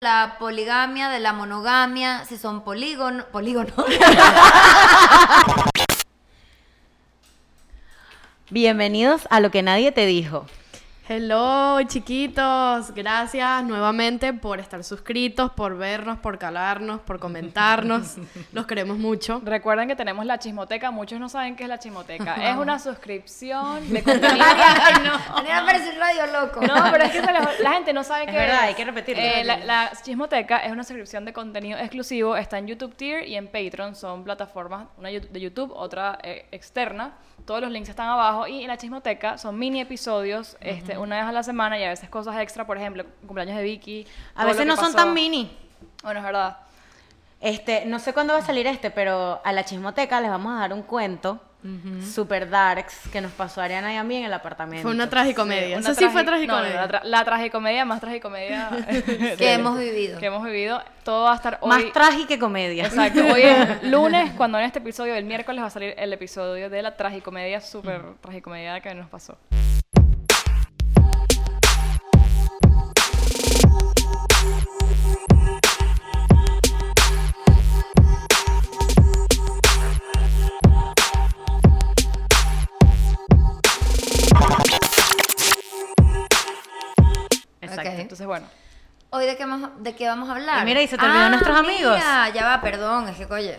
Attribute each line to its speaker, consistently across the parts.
Speaker 1: la poligamia, de la monogamia, si son polígono, polígono.
Speaker 2: Bienvenidos a lo que nadie te dijo.
Speaker 3: Hello chiquitos, gracias nuevamente por estar suscritos, por vernos, por calarnos, por comentarnos. Los queremos mucho.
Speaker 4: Recuerden que tenemos la chismoteca, muchos no saben qué es la chismoteca. es una suscripción de contenido.
Speaker 1: Daniela parece un radio loco.
Speaker 4: No, pero es que se les- la gente no sabe qué
Speaker 2: verdad,
Speaker 4: es.
Speaker 2: hay que repetirlo.
Speaker 4: Eh, la, la chismoteca es una suscripción de contenido exclusivo, está en YouTube Tier y en Patreon, son plataformas, una yu- de YouTube, otra eh, externa. Todos los links están abajo y en la chismoteca son mini episodios, este, una vez a la semana y a veces cosas extra, por ejemplo, cumpleaños de Vicky.
Speaker 2: A
Speaker 4: todo lo
Speaker 2: veces
Speaker 4: que
Speaker 2: no son
Speaker 4: pasó.
Speaker 2: tan mini.
Speaker 4: Bueno, es verdad.
Speaker 2: Este, no sé cuándo va a salir este, pero a la chismoteca les vamos a dar un cuento super darks que nos pasó a Ariana y a mí en el apartamento.
Speaker 3: Fue una tragicomedia.
Speaker 4: Una
Speaker 3: Eso sí fue
Speaker 4: tragi- no, no,
Speaker 3: tragicomedia.
Speaker 4: la, tra- la tragicomedia, más tragicomedia
Speaker 1: Que hemos vivido.
Speaker 4: que hemos vivido. Todo va a estar hoy.
Speaker 2: Más trágica comedia.
Speaker 4: Exacto, hoy es lunes, cuando en este episodio del miércoles va a salir el episodio de la tragicomedia, súper tragicomedia que nos pasó.
Speaker 2: Exacto.
Speaker 1: Ok.
Speaker 4: Entonces, bueno,
Speaker 1: Hoy de qué, vamos, de qué vamos a hablar. Ah,
Speaker 2: Y mira, y se te olvidó nuestros amigos.
Speaker 1: Mira, ya va, perdón, es que coye.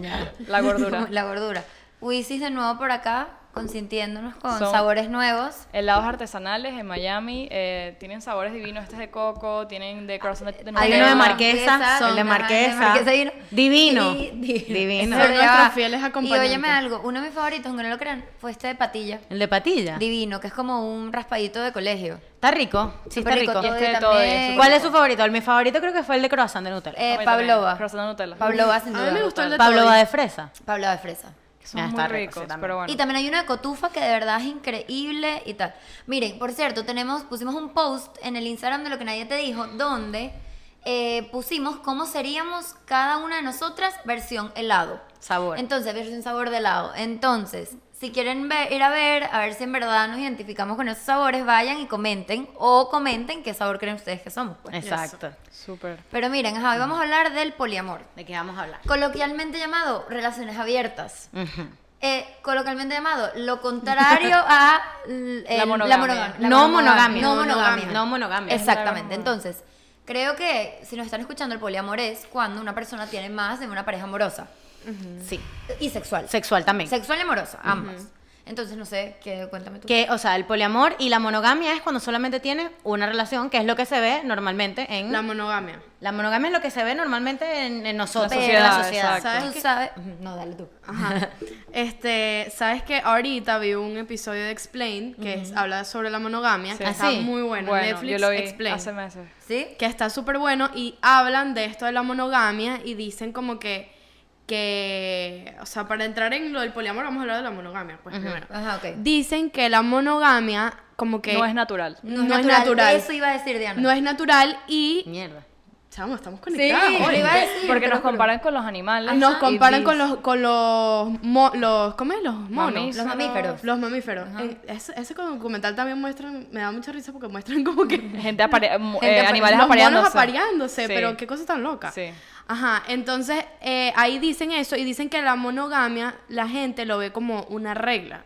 Speaker 1: Ya.
Speaker 4: la gordura.
Speaker 1: La gordura. Wisis de nuevo por acá, consintiéndonos con
Speaker 4: Son-
Speaker 1: sabores nuevos.
Speaker 4: Helados artesanales en Miami, eh, tienen sabores divinos, este es de coco, tienen de croissant de,
Speaker 2: Hay
Speaker 4: de
Speaker 2: uno
Speaker 4: Nutella.
Speaker 2: de marquesa,
Speaker 1: son
Speaker 2: el de
Speaker 1: una-
Speaker 2: marquesa.
Speaker 1: y uno-
Speaker 2: Divino.
Speaker 1: y- di-
Speaker 2: Divino.
Speaker 1: Pero
Speaker 3: Son
Speaker 1: ya
Speaker 3: nuestros
Speaker 1: va.
Speaker 3: fieles
Speaker 1: Y óyeme
Speaker 3: acompañantes.
Speaker 1: algo, uno de mis favoritos, aunque no lo crean, fue este de patilla.
Speaker 2: El de patilla.
Speaker 1: Divino, que es como un raspadito de colegio.
Speaker 2: Está rico. Sí, está
Speaker 1: Súper
Speaker 2: rico.
Speaker 1: todo
Speaker 4: Y este
Speaker 1: y
Speaker 4: de todo
Speaker 1: también.
Speaker 4: eso.
Speaker 2: ¿Cuál es su favorito? El, mi favorito creo que fue el de croissant de Nutella.
Speaker 1: Eh,
Speaker 4: También,
Speaker 1: Pavlova.
Speaker 4: croissant de Nutella.
Speaker 1: Pavlova, sin
Speaker 3: A mí
Speaker 1: duda.
Speaker 3: me gustó el de
Speaker 2: Pablo
Speaker 3: Toddy.
Speaker 2: va de fresa.
Speaker 1: Pavlova de fresa.
Speaker 4: Que son
Speaker 2: Ah,
Speaker 4: muy
Speaker 2: está rico, sí,
Speaker 4: ricos,
Speaker 2: también.
Speaker 4: pero bueno.
Speaker 1: Y también hay una de cotufa que de verdad es increíble y tal. Miren, por cierto, tenemos, pusimos un post en el Instagram de lo que nadie te dijo, donde eh, pusimos cómo seríamos cada una de nosotras versión helado.
Speaker 2: Sabor.
Speaker 1: Entonces, versión sabor de helado. Entonces, si quieren ver- ir a ver, a ver si en verdad nos identificamos con esos sabores, vayan y comenten o comenten qué sabor creen ustedes que somos. pues.
Speaker 2: Exacto.
Speaker 4: Súper.
Speaker 1: Pero miren, ajá, hoy vamos a hablar del poliamor,
Speaker 2: ¿De qué vamos a hablar?
Speaker 1: coloquialmente llamado relaciones abiertas
Speaker 2: Ujú.
Speaker 1: eh, coloquialmente llamado lo contrario a l- el-
Speaker 4: La monogamia.
Speaker 1: la No
Speaker 2: No monogamia. No
Speaker 1: monogamia.
Speaker 2: monogamia. No monogamia.
Speaker 1: Exactamente. Entonces, creo que si nos están escuchando, el poliamor es cuando una persona tiene más de una pareja amorosa
Speaker 2: Sí.
Speaker 1: y sexual.
Speaker 2: Sexual también.
Speaker 1: Sexual y amorosa, ambas. Entonces, no sé, ¿qué, cuéntame tú.
Speaker 2: Que, o sea, el poliamor y la monogamia es cuando solamente tienes una relación, que es lo que se ve normalmente en...
Speaker 3: La
Speaker 2: La,
Speaker 3: monogamia.
Speaker 2: monogamia es lo que se ve normalmente en, en nosotros,
Speaker 4: La
Speaker 2: en
Speaker 4: sociedad,
Speaker 2: la sociedad.
Speaker 4: exacto.
Speaker 1: Tú sabes. No, dale tú.
Speaker 3: Ajá. Este, sabes que ahorita vi un episodio de Explain que es- habla sobre la monogamia,
Speaker 4: Sí.
Speaker 3: que
Speaker 4: Ah,
Speaker 3: está
Speaker 2: sí.
Speaker 3: muy bueno.
Speaker 4: Bueno,
Speaker 3: Netflix
Speaker 4: yo lo vi
Speaker 3: Explain.
Speaker 4: hace meses.
Speaker 1: ¿Sí?
Speaker 3: que está súper bueno y hablan de esto de la monogamia y dicen como que que o sea para entrar en lo del poliamor vamos a hablar de la monogamia pues primero
Speaker 1: Ajá, ok.
Speaker 3: dicen que la monogamia como que
Speaker 4: No es natural.
Speaker 3: no es natural.
Speaker 1: Eso iba a decir Diana.
Speaker 3: no es natural y
Speaker 2: Mierda.
Speaker 3: chamo estamos
Speaker 1: Sí,
Speaker 3: conectados
Speaker 1: lo
Speaker 3: hoy.
Speaker 1: iba a decir.
Speaker 4: Porque
Speaker 1: te lo
Speaker 4: nos
Speaker 1: juro. Ah,
Speaker 4: comparan con los animales.
Speaker 3: nos
Speaker 4: y
Speaker 3: comparan
Speaker 4: dis-
Speaker 3: con los con los mo- los ¿cómo es? los monos
Speaker 1: Los mamíferos.
Speaker 3: los mamíferos En- ese, ese documental también muestran me da mucha risa porque muestran como que pues,
Speaker 4: Gente apare- mu-
Speaker 1: Gente
Speaker 4: eh,
Speaker 1: apare-
Speaker 4: animales
Speaker 3: los
Speaker 4: apareándose.
Speaker 3: monos apareándose,
Speaker 4: Sí.
Speaker 3: pero qué cosa tan loca.
Speaker 4: Sí.
Speaker 3: Ajá, entonces eh, ahí dicen eso y dicen que la monogamia la gente lo ve como una regla.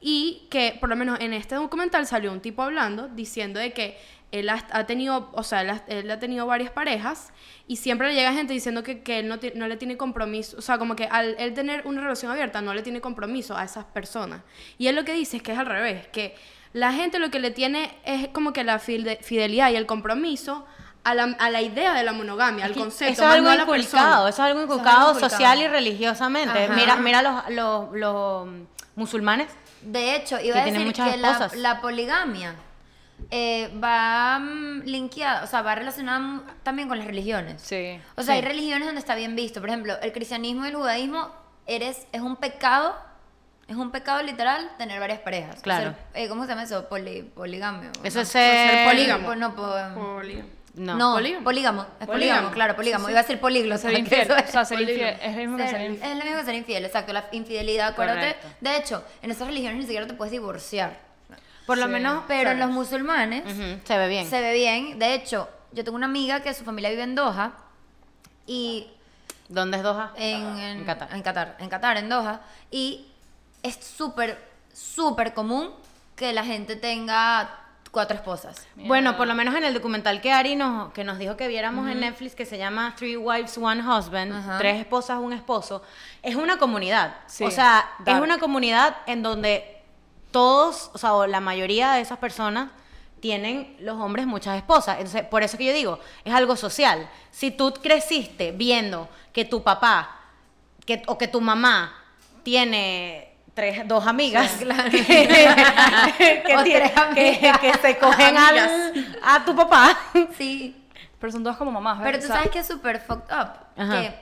Speaker 3: Y que por lo menos en este documental salió un tipo hablando diciendo de que él ha, ha tenido, o sea, él ha, él ha tenido varias parejas y siempre le llega gente diciendo que, que él no, ti- no le tiene compromiso, o sea, como que al él tener una relación abierta no le tiene compromiso a esas personas. Y él lo que dice es que es al revés, que la gente lo que le tiene es como que la fide- fidelidad y el compromiso a la, a la idea de la monogamia, al
Speaker 2: Es que
Speaker 3: concepto.
Speaker 2: eso es
Speaker 3: más
Speaker 2: algo
Speaker 3: no a la
Speaker 2: inculcado, eso
Speaker 3: persona.
Speaker 2: es algo
Speaker 1: es algo
Speaker 2: inculcado
Speaker 1: inculcado.
Speaker 2: social y religiosamente.
Speaker 1: Ajá.
Speaker 2: Mira, mira los, los, los musulmanes.
Speaker 1: De hecho, iba a
Speaker 2: tienen
Speaker 1: decir
Speaker 2: muchas
Speaker 1: que la,
Speaker 2: esposas.
Speaker 1: la poligamia eh, va mm, linkeada, o sea, va relacionada mm, también con las religiones.
Speaker 4: Sí.
Speaker 1: O sea, hay religiones donde está bien visto. Por ejemplo, el cristianismo y el judaísmo eres, es un pecado, es un pecado literal tener varias parejas.
Speaker 2: Claro.
Speaker 1: Ser- eh, ¿Cómo se llama eso? Poli, poligamio.
Speaker 2: Eso
Speaker 1: ¿no?
Speaker 2: es ser...
Speaker 3: ser polígamo.
Speaker 1: Poli- No, po- em,
Speaker 3: Polígamo.
Speaker 2: No.
Speaker 1: no, polígamo.
Speaker 3: polígamo.
Speaker 1: Es polígamo,
Speaker 3: Polígamo.
Speaker 1: claro, polígamo. Iba a ser políglo. o sea,
Speaker 4: Ser
Speaker 1: que
Speaker 4: infiel.
Speaker 1: eso
Speaker 4: O
Speaker 1: es-
Speaker 4: sea, ser
Speaker 3: Polígamo.
Speaker 4: infiel. Es lo mismo que ser
Speaker 1: Ser-
Speaker 4: infiel.
Speaker 1: es lo mismo que ser infiel, exacto. La infidelidad, acuérdate.
Speaker 2: Correcto.
Speaker 1: De hecho, en esas religiones ni siquiera te puedes divorciar.
Speaker 2: Por lo menos
Speaker 1: Pero en los musulmanes
Speaker 2: ujú, se ve bien.
Speaker 1: se ve bien. De hecho, yo tengo una amiga que su familia vive en Doha y
Speaker 2: ¿Dónde es Doha?
Speaker 1: en,
Speaker 2: en Qatar.
Speaker 1: En Qatar, en Qatar, en Doha. Y es súper, súper común que la gente tenga cuatro esposas.
Speaker 2: Bueno, por lo menos en el documental que Ari nos, que nos dijo que viéramos en Netflix, que se llama Three Wives, One Husband,
Speaker 1: Ajá.
Speaker 2: Tres Esposas, Un Esposo, es una comunidad.
Speaker 4: Sí,
Speaker 2: o sea, es
Speaker 4: dark.
Speaker 2: una comunidad en donde todos, o sea, o la mayoría de esas personas tienen los hombres muchas esposas. Entonces, por eso que yo digo, es algo social. Si tú creciste viendo que tu papá que, o que tu mamá tiene tres, dos amigas que, que
Speaker 1: O
Speaker 2: tiene-
Speaker 1: tres amigas.
Speaker 2: que- que se cogen al- a tu papá.
Speaker 1: Sí.
Speaker 4: Pero son todas como mamás, ¿verdad?
Speaker 1: Pero tú
Speaker 4: O sea,
Speaker 1: sabes que es súper fucked up.
Speaker 2: Ajá.
Speaker 1: Que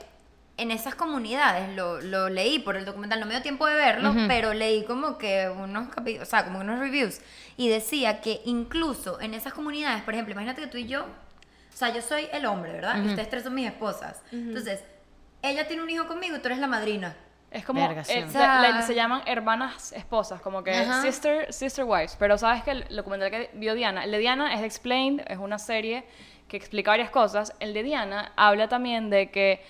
Speaker 1: en esas comunidades, lo, lo leí por el documental, no me dio tiempo de verlo, pero leí como que unos capi- o sea, como unos reviews. Y decía que incluso en esas comunidades, por ejemplo, imagínate que tú y yo, o sea, yo soy el hombre, ¿verdad? Y ustedes tres son mis esposas. Entonces, ella tiene un hijo conmigo y tú eres la madrina.
Speaker 4: Es como,
Speaker 2: Verga, sí.
Speaker 4: eh,
Speaker 2: O
Speaker 1: sea-
Speaker 4: la- la- se llaman hermanas esposas, como que
Speaker 1: Ajá.
Speaker 4: sister, sister wives. Pero sabes que el documental que vio Diana, el de Diana es de Explained, es una serie que explica varias cosas. El de Diana habla también de que,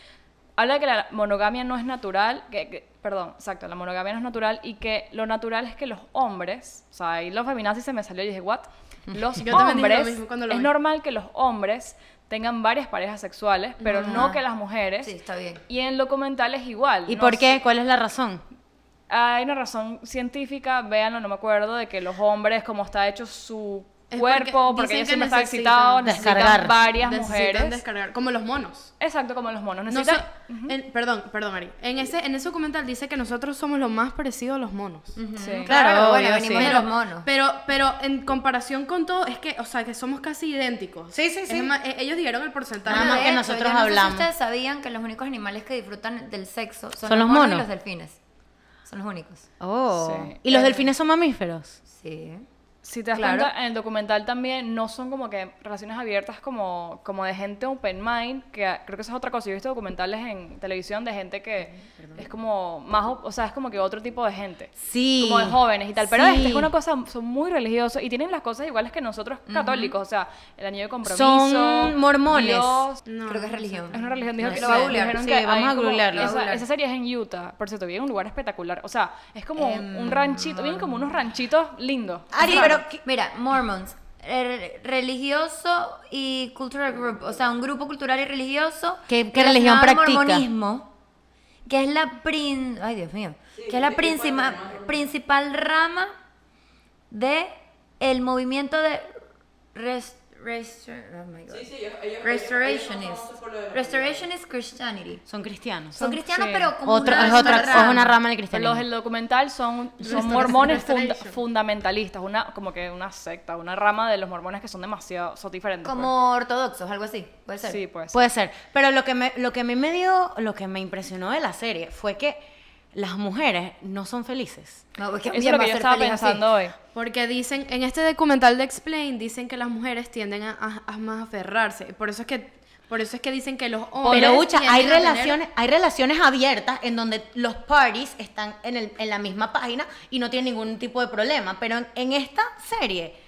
Speaker 4: habla de que la monogamia no es natural, que, que- perdón, exacto, la monogamia no es natural y que lo natural es que los hombres, o sea, y los feminazis se me salió y dije, what? Los
Speaker 3: Yo también dije lo
Speaker 4: hombres,
Speaker 3: mismo cuando lo
Speaker 4: es
Speaker 3: vi.
Speaker 4: normal que los hombres tengan varias parejas sexuales, pero no
Speaker 1: Ajá.
Speaker 4: que las mujeres.
Speaker 1: Sí, está bien.
Speaker 4: Y en el documental es igual.
Speaker 2: ¿Y
Speaker 4: no
Speaker 2: por
Speaker 4: sé-
Speaker 2: qué? ¿Cuál es la razón?
Speaker 4: Ah, hay una razón científica, véanlo, no me acuerdo, de que los hombres, como está hecho su
Speaker 3: Es porque
Speaker 4: cuerpo, porque,
Speaker 3: dicen que
Speaker 4: ellos siempre están
Speaker 3: necesitan
Speaker 4: excitados, necesitan
Speaker 2: descargar.
Speaker 4: varias
Speaker 3: Necesitan
Speaker 4: mujeres.
Speaker 3: descargar, como los monos.
Speaker 4: Exacto, como los monos.
Speaker 3: No
Speaker 4: Necesitan...
Speaker 3: sé- en- perdón, perdón, Ari. En ese, en ese documental dice que nosotros somos lo más parecido a los monos.
Speaker 4: Sí.
Speaker 1: Claro, bueno,
Speaker 2: obvio,
Speaker 1: venimos
Speaker 2: sí.
Speaker 1: de los monos.
Speaker 3: Pero, pero en comparación con todo, es que, o sea, que somos casi idénticos.
Speaker 2: Sí, sí, sí.
Speaker 3: Es más, eh, ellos dijeron el porcentaje.
Speaker 2: Nada
Speaker 1: Bueno, de
Speaker 2: más que
Speaker 1: hecho,
Speaker 2: nosotros
Speaker 1: yo no sé si
Speaker 2: hablamos.
Speaker 1: ustedes sabían que los únicos animales que disfrutan del sexo son,
Speaker 2: Son
Speaker 1: los
Speaker 2: los
Speaker 1: monos y
Speaker 2: monos.
Speaker 1: los delfines. Son los únicos.
Speaker 2: Oh.
Speaker 4: Sí. Eh,
Speaker 2: ¿Y los delfines son mamíferos?
Speaker 1: Sí.
Speaker 4: Si te das
Speaker 1: Claro.
Speaker 4: cuenta, en el documental también no son como que relaciones abiertas como, como de gente open mind, que ah, creo que esa es otra cosa. Yo he visto documentales en televisión de gente que es como más, op- o sea, es como que otro tipo de gente.
Speaker 2: Sí.
Speaker 4: como de jóvenes y tal. Pero este es
Speaker 2: Sí.
Speaker 4: una cosa, son muy religiosos y tienen las cosas iguales que nosotros católicos. O sea, el anillo de compromiso.
Speaker 2: Son mormones. Mm.
Speaker 4: Dios.
Speaker 3: No,
Speaker 1: Creo que es
Speaker 3: no sé.
Speaker 1: religión.
Speaker 4: Es una religión. Dijo
Speaker 1: No
Speaker 4: que
Speaker 1: sé. Lo va a
Speaker 4: sí,
Speaker 1: googlear.
Speaker 4: dijeron
Speaker 2: Sí,
Speaker 4: que hay
Speaker 2: vamos a
Speaker 4: como-
Speaker 1: Lo
Speaker 2: googlearlo.
Speaker 1: va a
Speaker 4: Esa,
Speaker 1: googlear.
Speaker 4: esa serie es en Utah. Por cierto, vive en un lugar espectacular. O sea, es como un ranchito. Vienen como unos ranchitos lindos.
Speaker 2: Ari,
Speaker 1: Ah, Sí,
Speaker 2: pero...
Speaker 1: que- mira, Mormons, eh, religioso y cultural group, o sea, un grupo cultural y religioso.
Speaker 2: ¿Qué- qué
Speaker 1: relacionado
Speaker 2: religión
Speaker 1: al
Speaker 2: practica?
Speaker 1: Mormonismo, que es la prin- ay Dios mío, que es la principal principal rama de el movimiento de res- restru- oh my God. Restorationist. Restorationist Christianity.
Speaker 2: Son cristianos.
Speaker 1: Son cristianos,
Speaker 4: sí.
Speaker 1: pero como
Speaker 2: Otro,
Speaker 1: una,
Speaker 2: es, otra,
Speaker 1: rama.
Speaker 2: es una rama del
Speaker 4: Los
Speaker 2: Ah, cristianismo.
Speaker 4: del documental son, son
Speaker 3: Restoration.
Speaker 4: mormones funda-
Speaker 3: Restoration.
Speaker 4: fundamentalistas, una, como que una secta, una rama de los mormones que son demasiado, son diferentes.
Speaker 1: Como
Speaker 2: Pues.
Speaker 1: ortodoxos, algo así, puede
Speaker 4: pues.
Speaker 1: ser.
Speaker 4: Sí, pues.
Speaker 2: Puede ser. Pero lo que, me, lo que a mí me dio, lo que me impresionó de la serie fue que las mujeres no son felices.
Speaker 1: No, porque
Speaker 4: Eso es
Speaker 1: bien
Speaker 4: lo
Speaker 1: va
Speaker 4: que
Speaker 1: a
Speaker 4: yo
Speaker 1: ser
Speaker 4: estaba
Speaker 1: feliz así.
Speaker 4: pensando hoy.
Speaker 3: Porque dicen, en este documental de Explain, dicen que las mujeres tienden a, a- a más aferrarse. Por eso es que, por eso es que dicen que los hombres.
Speaker 2: Pero Ucha,
Speaker 3: tienden
Speaker 2: hay
Speaker 3: a tener-
Speaker 2: relaciones, hay relaciones abiertas en donde los parties están en, el- en la misma página y no tienen ningún tipo de problema. Pero en, en esta serie,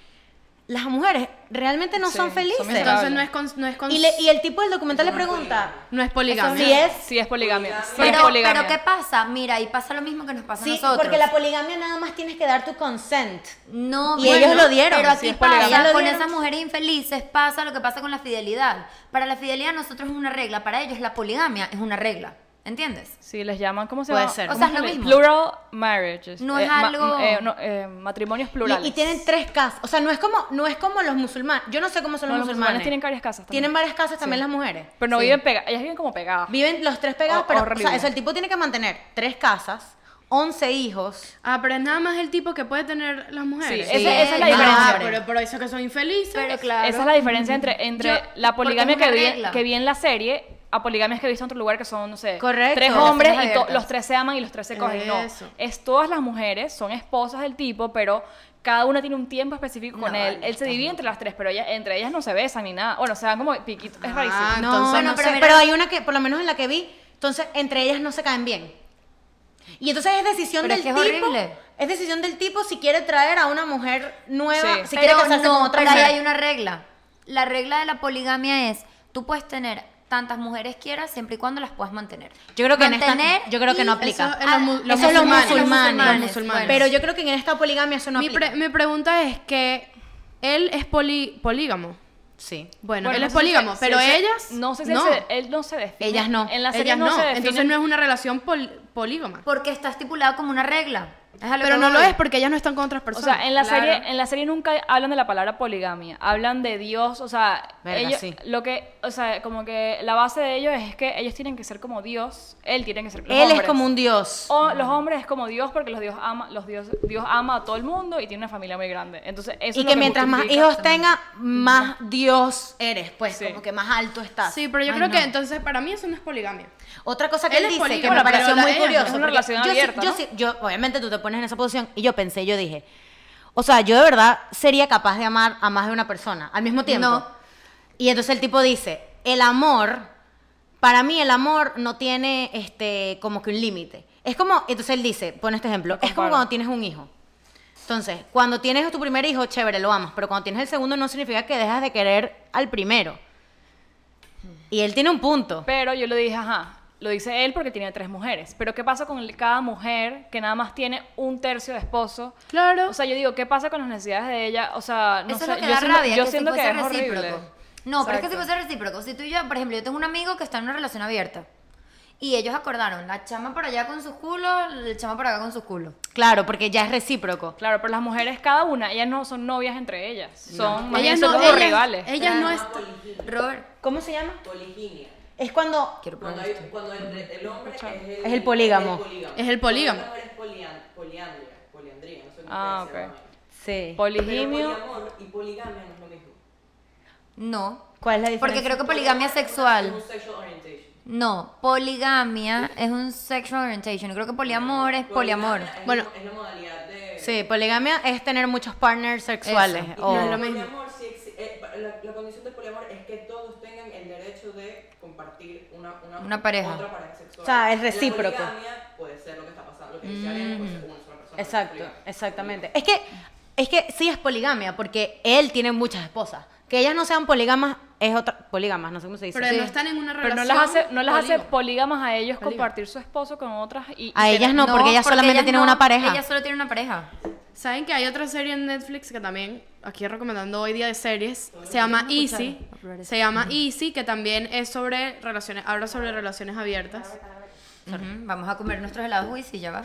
Speaker 2: las mujeres realmente no
Speaker 4: Sí,
Speaker 2: son
Speaker 4: son
Speaker 2: felices.
Speaker 4: miserables.
Speaker 3: Entonces no es con, no es con-
Speaker 2: y, le- y el tipo del documental le pregunta
Speaker 3: no es poligamia.
Speaker 2: si es.
Speaker 4: Sí, es poligamia. Sí, es
Speaker 1: Pero,
Speaker 4: poligamia.
Speaker 1: pero ¿qué pasa? Mira, y pasa lo mismo que nos pasa
Speaker 2: sí,
Speaker 1: a nosotros.
Speaker 2: porque la poligamia nada más tienes que dar tu consent.
Speaker 1: No,
Speaker 2: Y
Speaker 1: bueno,
Speaker 2: ellos lo dieron,
Speaker 1: Pero
Speaker 2: sí,
Speaker 1: aquí
Speaker 2: es
Speaker 1: pasa,
Speaker 2: poligamia. Ellas lo
Speaker 1: con
Speaker 2: dieron.
Speaker 1: esas mujeres infelices pasa lo que pasa con la fidelidad. Para la fidelidad nosotros es una regla, para ellos la poligamia es una regla, ¿entiendes?
Speaker 4: Sí, les llaman, ¿cómo se
Speaker 2: Puede
Speaker 4: llama?
Speaker 2: ser.
Speaker 4: ¿Cómo
Speaker 1: O sea, es
Speaker 4: se
Speaker 1: lo
Speaker 4: le-
Speaker 1: mismo.
Speaker 4: Plural marriages.
Speaker 1: No es
Speaker 4: ma-
Speaker 1: algo-
Speaker 4: eh, no, eh, matrimonios plurales.
Speaker 2: Y, y tienen tres casas. O sea, no es como, no es como los musulmanes. Yo no sé cómo son
Speaker 4: No,
Speaker 2: los, musulmanes.
Speaker 4: tienen varias casas también.
Speaker 2: Tienen varias casas también
Speaker 4: Sí.
Speaker 2: las mujeres.
Speaker 4: Pero no
Speaker 2: Sí.
Speaker 4: viven pegadas. Ellas viven como pegadas.
Speaker 2: Viven los tres pegados,
Speaker 4: Ho-
Speaker 2: pero o
Speaker 4: horrible.
Speaker 2: sea, eso, el tipo tiene que mantener tres casas, 11 hijos.
Speaker 3: Ah, pero es nada más el tipo que puede tener las mujeres.
Speaker 4: Sí, esa- esa es la
Speaker 3: Ah,
Speaker 4: diferencia.
Speaker 3: pero por eso que son infelices.
Speaker 1: Pero claro.
Speaker 4: Esa es la diferencia entre, entre
Speaker 1: Yo-
Speaker 4: la poligamia
Speaker 1: porque es
Speaker 4: que
Speaker 1: una
Speaker 4: vi,
Speaker 1: regla.
Speaker 4: que vi en la serie a poligamias que he visto en otro lugar que son, no sé,
Speaker 2: Correcto.
Speaker 4: tres
Speaker 2: Relaciones
Speaker 4: hombres y to-
Speaker 1: abiertas.
Speaker 4: los tres se aman y los tres se cogen. No,
Speaker 3: Eso.
Speaker 4: es todas las mujeres, son esposas del tipo, pero cada una tiene un tiempo específico con
Speaker 1: No,
Speaker 4: él.
Speaker 1: vale,
Speaker 4: Él se divide entre las tres, pero ellas, entre ellas no se besan ni nada. Bueno, se dan como piquitos. Es
Speaker 3: Ah,
Speaker 4: rarísimo.
Speaker 2: No,
Speaker 3: Entonces,
Speaker 2: bueno,
Speaker 1: no
Speaker 2: pero,
Speaker 1: sé.
Speaker 2: pero hay una que, por lo menos en la que vi, entonces entre ellas no se caen bien. Y entonces es decisión
Speaker 1: Pero
Speaker 2: del
Speaker 1: es que es
Speaker 2: tipo.
Speaker 1: horrible.
Speaker 2: Es decisión del tipo si quiere traer a una mujer nueva,
Speaker 4: Sí.
Speaker 2: si quiere
Speaker 1: Pero
Speaker 2: casarse
Speaker 1: no,
Speaker 2: con otra
Speaker 1: pero ahí
Speaker 2: mujer.
Speaker 1: hay una regla. la regla de la poligamia es, tú puedes tener tantas mujeres quieras siempre y cuando las puedas mantener.
Speaker 2: Yo creo que en esta-
Speaker 1: Mantener
Speaker 2: yo creo que
Speaker 1: y-
Speaker 2: no aplica.
Speaker 3: Eso es lo mu-
Speaker 1: Ah,
Speaker 3: los
Speaker 2: eso es los
Speaker 3: musulmanes.
Speaker 2: musulmanes.
Speaker 3: Los musulmanes.
Speaker 2: Pero yo creo que en esta poligamia eso no
Speaker 3: mi,
Speaker 2: aplica.
Speaker 3: pre- mi pregunta es que él es poli- polígamo.
Speaker 2: Sí.
Speaker 3: Bueno,
Speaker 4: Bueno,
Speaker 3: él
Speaker 4: no
Speaker 3: es
Speaker 4: sé si-
Speaker 3: polígamo,
Speaker 4: si
Speaker 3: pero
Speaker 4: él se-
Speaker 3: ellas
Speaker 4: No sé si
Speaker 3: no.
Speaker 4: Él, se- él no se define.
Speaker 2: Ellas no.
Speaker 4: En la serie
Speaker 3: ellas
Speaker 4: no,
Speaker 3: no.
Speaker 4: se define.
Speaker 3: Entonces no es una relación pol- polígama.
Speaker 1: Porque está estipulado como una regla. Es a lo
Speaker 3: Pero
Speaker 1: que
Speaker 3: no lo
Speaker 1: voy.
Speaker 3: es porque ellas no están con otras
Speaker 4: O
Speaker 3: personas.
Speaker 4: sea, en la,
Speaker 1: Claro.
Speaker 4: serie, en la serie nunca hablan de la palabra poligamia, hablan de Dios, o sea,
Speaker 2: Verga,
Speaker 4: ellos-
Speaker 2: sí.
Speaker 4: lo que, o sea, como que la base de ellos es que ellos tienen que ser como Dios, él tiene que ser los
Speaker 2: Él es
Speaker 4: hombres.
Speaker 2: como un dios.
Speaker 4: O los hombres es como Dios porque los Dios ama, los Dios, Dios ama a todo el mundo y tiene una familia muy grande. Entonces, eso
Speaker 2: y
Speaker 4: es
Speaker 2: que
Speaker 4: lo
Speaker 2: mientras más
Speaker 4: justifica-
Speaker 2: hijos tenga, más dios eres, pues,
Speaker 4: Sí.
Speaker 2: como que más alto estás.
Speaker 3: Sí, pero yo creo que entonces para mí eso no es poligamia.
Speaker 2: Otra cosa que él,
Speaker 3: Él es
Speaker 2: dice que
Speaker 3: polígamo,
Speaker 2: me
Speaker 3: pero
Speaker 2: pareció
Speaker 3: la-
Speaker 2: muy
Speaker 3: ella no.
Speaker 2: curioso.
Speaker 3: Es
Speaker 4: una
Speaker 2: porque
Speaker 4: relación
Speaker 2: yo sí-
Speaker 4: abierta,
Speaker 2: yo
Speaker 4: ¿no?
Speaker 2: sí- yo, obviamente tú te pones en esa posición y yo pensé, yo dije, o sea, yo de verdad sería capaz de amar a más de una persona al mismo tiempo.
Speaker 1: No.
Speaker 2: Y entonces el tipo dice, el amor, para mí el amor no tiene este como que un límite. Es como, entonces él dice, pone este ejemplo, es como
Speaker 4: comparo.
Speaker 2: cuando tienes un hijo. Entonces, cuando tienes tu primer hijo, chévere, lo amas, pero cuando tienes el segundo no significa que dejas de querer al primero. Y él tiene un punto.
Speaker 4: Pero yo le dije, ajá, lo dice él porque tiene tres mujeres. Pero ¿qué pasa con el- cada mujer que nada más tiene un tercio de esposo?
Speaker 3: Claro.
Speaker 4: O sea, yo digo, ¿qué pasa con las necesidades de ella? O sea, no
Speaker 1: Eso
Speaker 4: sé,
Speaker 1: es lo que
Speaker 4: yo
Speaker 1: da
Speaker 4: siento,
Speaker 1: rabia,
Speaker 4: yo
Speaker 1: que
Speaker 4: siento
Speaker 1: si
Speaker 4: que
Speaker 1: fuese
Speaker 4: es
Speaker 1: recíproco.
Speaker 4: horrible.
Speaker 1: No, pero es que si
Speaker 4: Exacto.
Speaker 1: fuese recíproco, si tú y yo, por ejemplo, yo tengo un amigo que está en una relación abierta y ellos acordaron, la chama por allá con sus culos, el chama por acá con sus culos.
Speaker 2: Claro, porque ya es recíproco.
Speaker 4: Claro, pero las mujeres, cada una, ellas no son novias entre ellas. Son, más bien
Speaker 3: ellas
Speaker 4: son
Speaker 3: no,
Speaker 4: como
Speaker 3: ellas-
Speaker 4: rivales.
Speaker 3: Ellas no están.
Speaker 1: Robert,
Speaker 2: ¿Cómo se llama?
Speaker 5: Poliginia.
Speaker 2: Es cuando
Speaker 1: quiero
Speaker 5: Cuando,
Speaker 1: probar
Speaker 5: hay-
Speaker 1: esto.
Speaker 5: cuando el, el hombre es el,
Speaker 2: Es el polígamo.
Speaker 3: Es el polígamo.
Speaker 5: Cuando la mujer es polian- poliandria, poliandría, no sé cómo
Speaker 4: Ah,
Speaker 5: ustedes se
Speaker 4: ok.
Speaker 5: llaman.
Speaker 2: sí.
Speaker 4: Poligimio.
Speaker 5: Pero poliamor y poligamia no es lo mismo.
Speaker 1: No,
Speaker 2: ¿Cuál es la diferencia?
Speaker 1: porque creo que poligamia es sexual.
Speaker 5: Es un sexual orientation.
Speaker 1: No, poligamia es un sexual orientation. Yo creo que poliamor es poliamor.
Speaker 2: Pues
Speaker 5: Poligamia Ah, es
Speaker 3: Bueno.
Speaker 5: la- Es la modalidad de...
Speaker 2: Sí, Oh. poligamia es tener muchos partners sexuales.
Speaker 1: Eso.
Speaker 2: o-
Speaker 3: No es lo mismo.
Speaker 5: Poliamor, sí exi- eh, pa- la, la condición de poliamor es que todos tengan el derecho de compartir una, una,
Speaker 1: Una pareja.
Speaker 5: otra pareja sexual.
Speaker 2: O sea, es
Speaker 5: La
Speaker 2: recíproco.
Speaker 5: poligamia puede ser lo que está pasando, lo que dice Ariana, puede ser una sola persona.
Speaker 2: Exacto,
Speaker 5: poligamia.
Speaker 2: exactamente. Es que, es que sí es poligamia, porque él tiene muchas esposas. Que ellas no sean polígamas es otra. Polígamas, no sé cómo se dice.
Speaker 3: Pero no están en una
Speaker 4: Pero no
Speaker 3: relación.
Speaker 4: las hace, no las hace
Speaker 3: polígama.
Speaker 4: polígamas a ellos compartir su esposo con otras y, y
Speaker 2: A ellas no, porque ellas solamente tienen una pareja.
Speaker 1: Ellas solo tienen una pareja.
Speaker 3: ¿Saben que hay otra serie en Netflix que también aquí recomendando hoy día de series? Se llama Easy. Se llama Easy, que también es sobre relaciones, habla sobre relaciones abiertas.
Speaker 1: Ujú, Vamos a comer nuestros helados Wisi, ya va.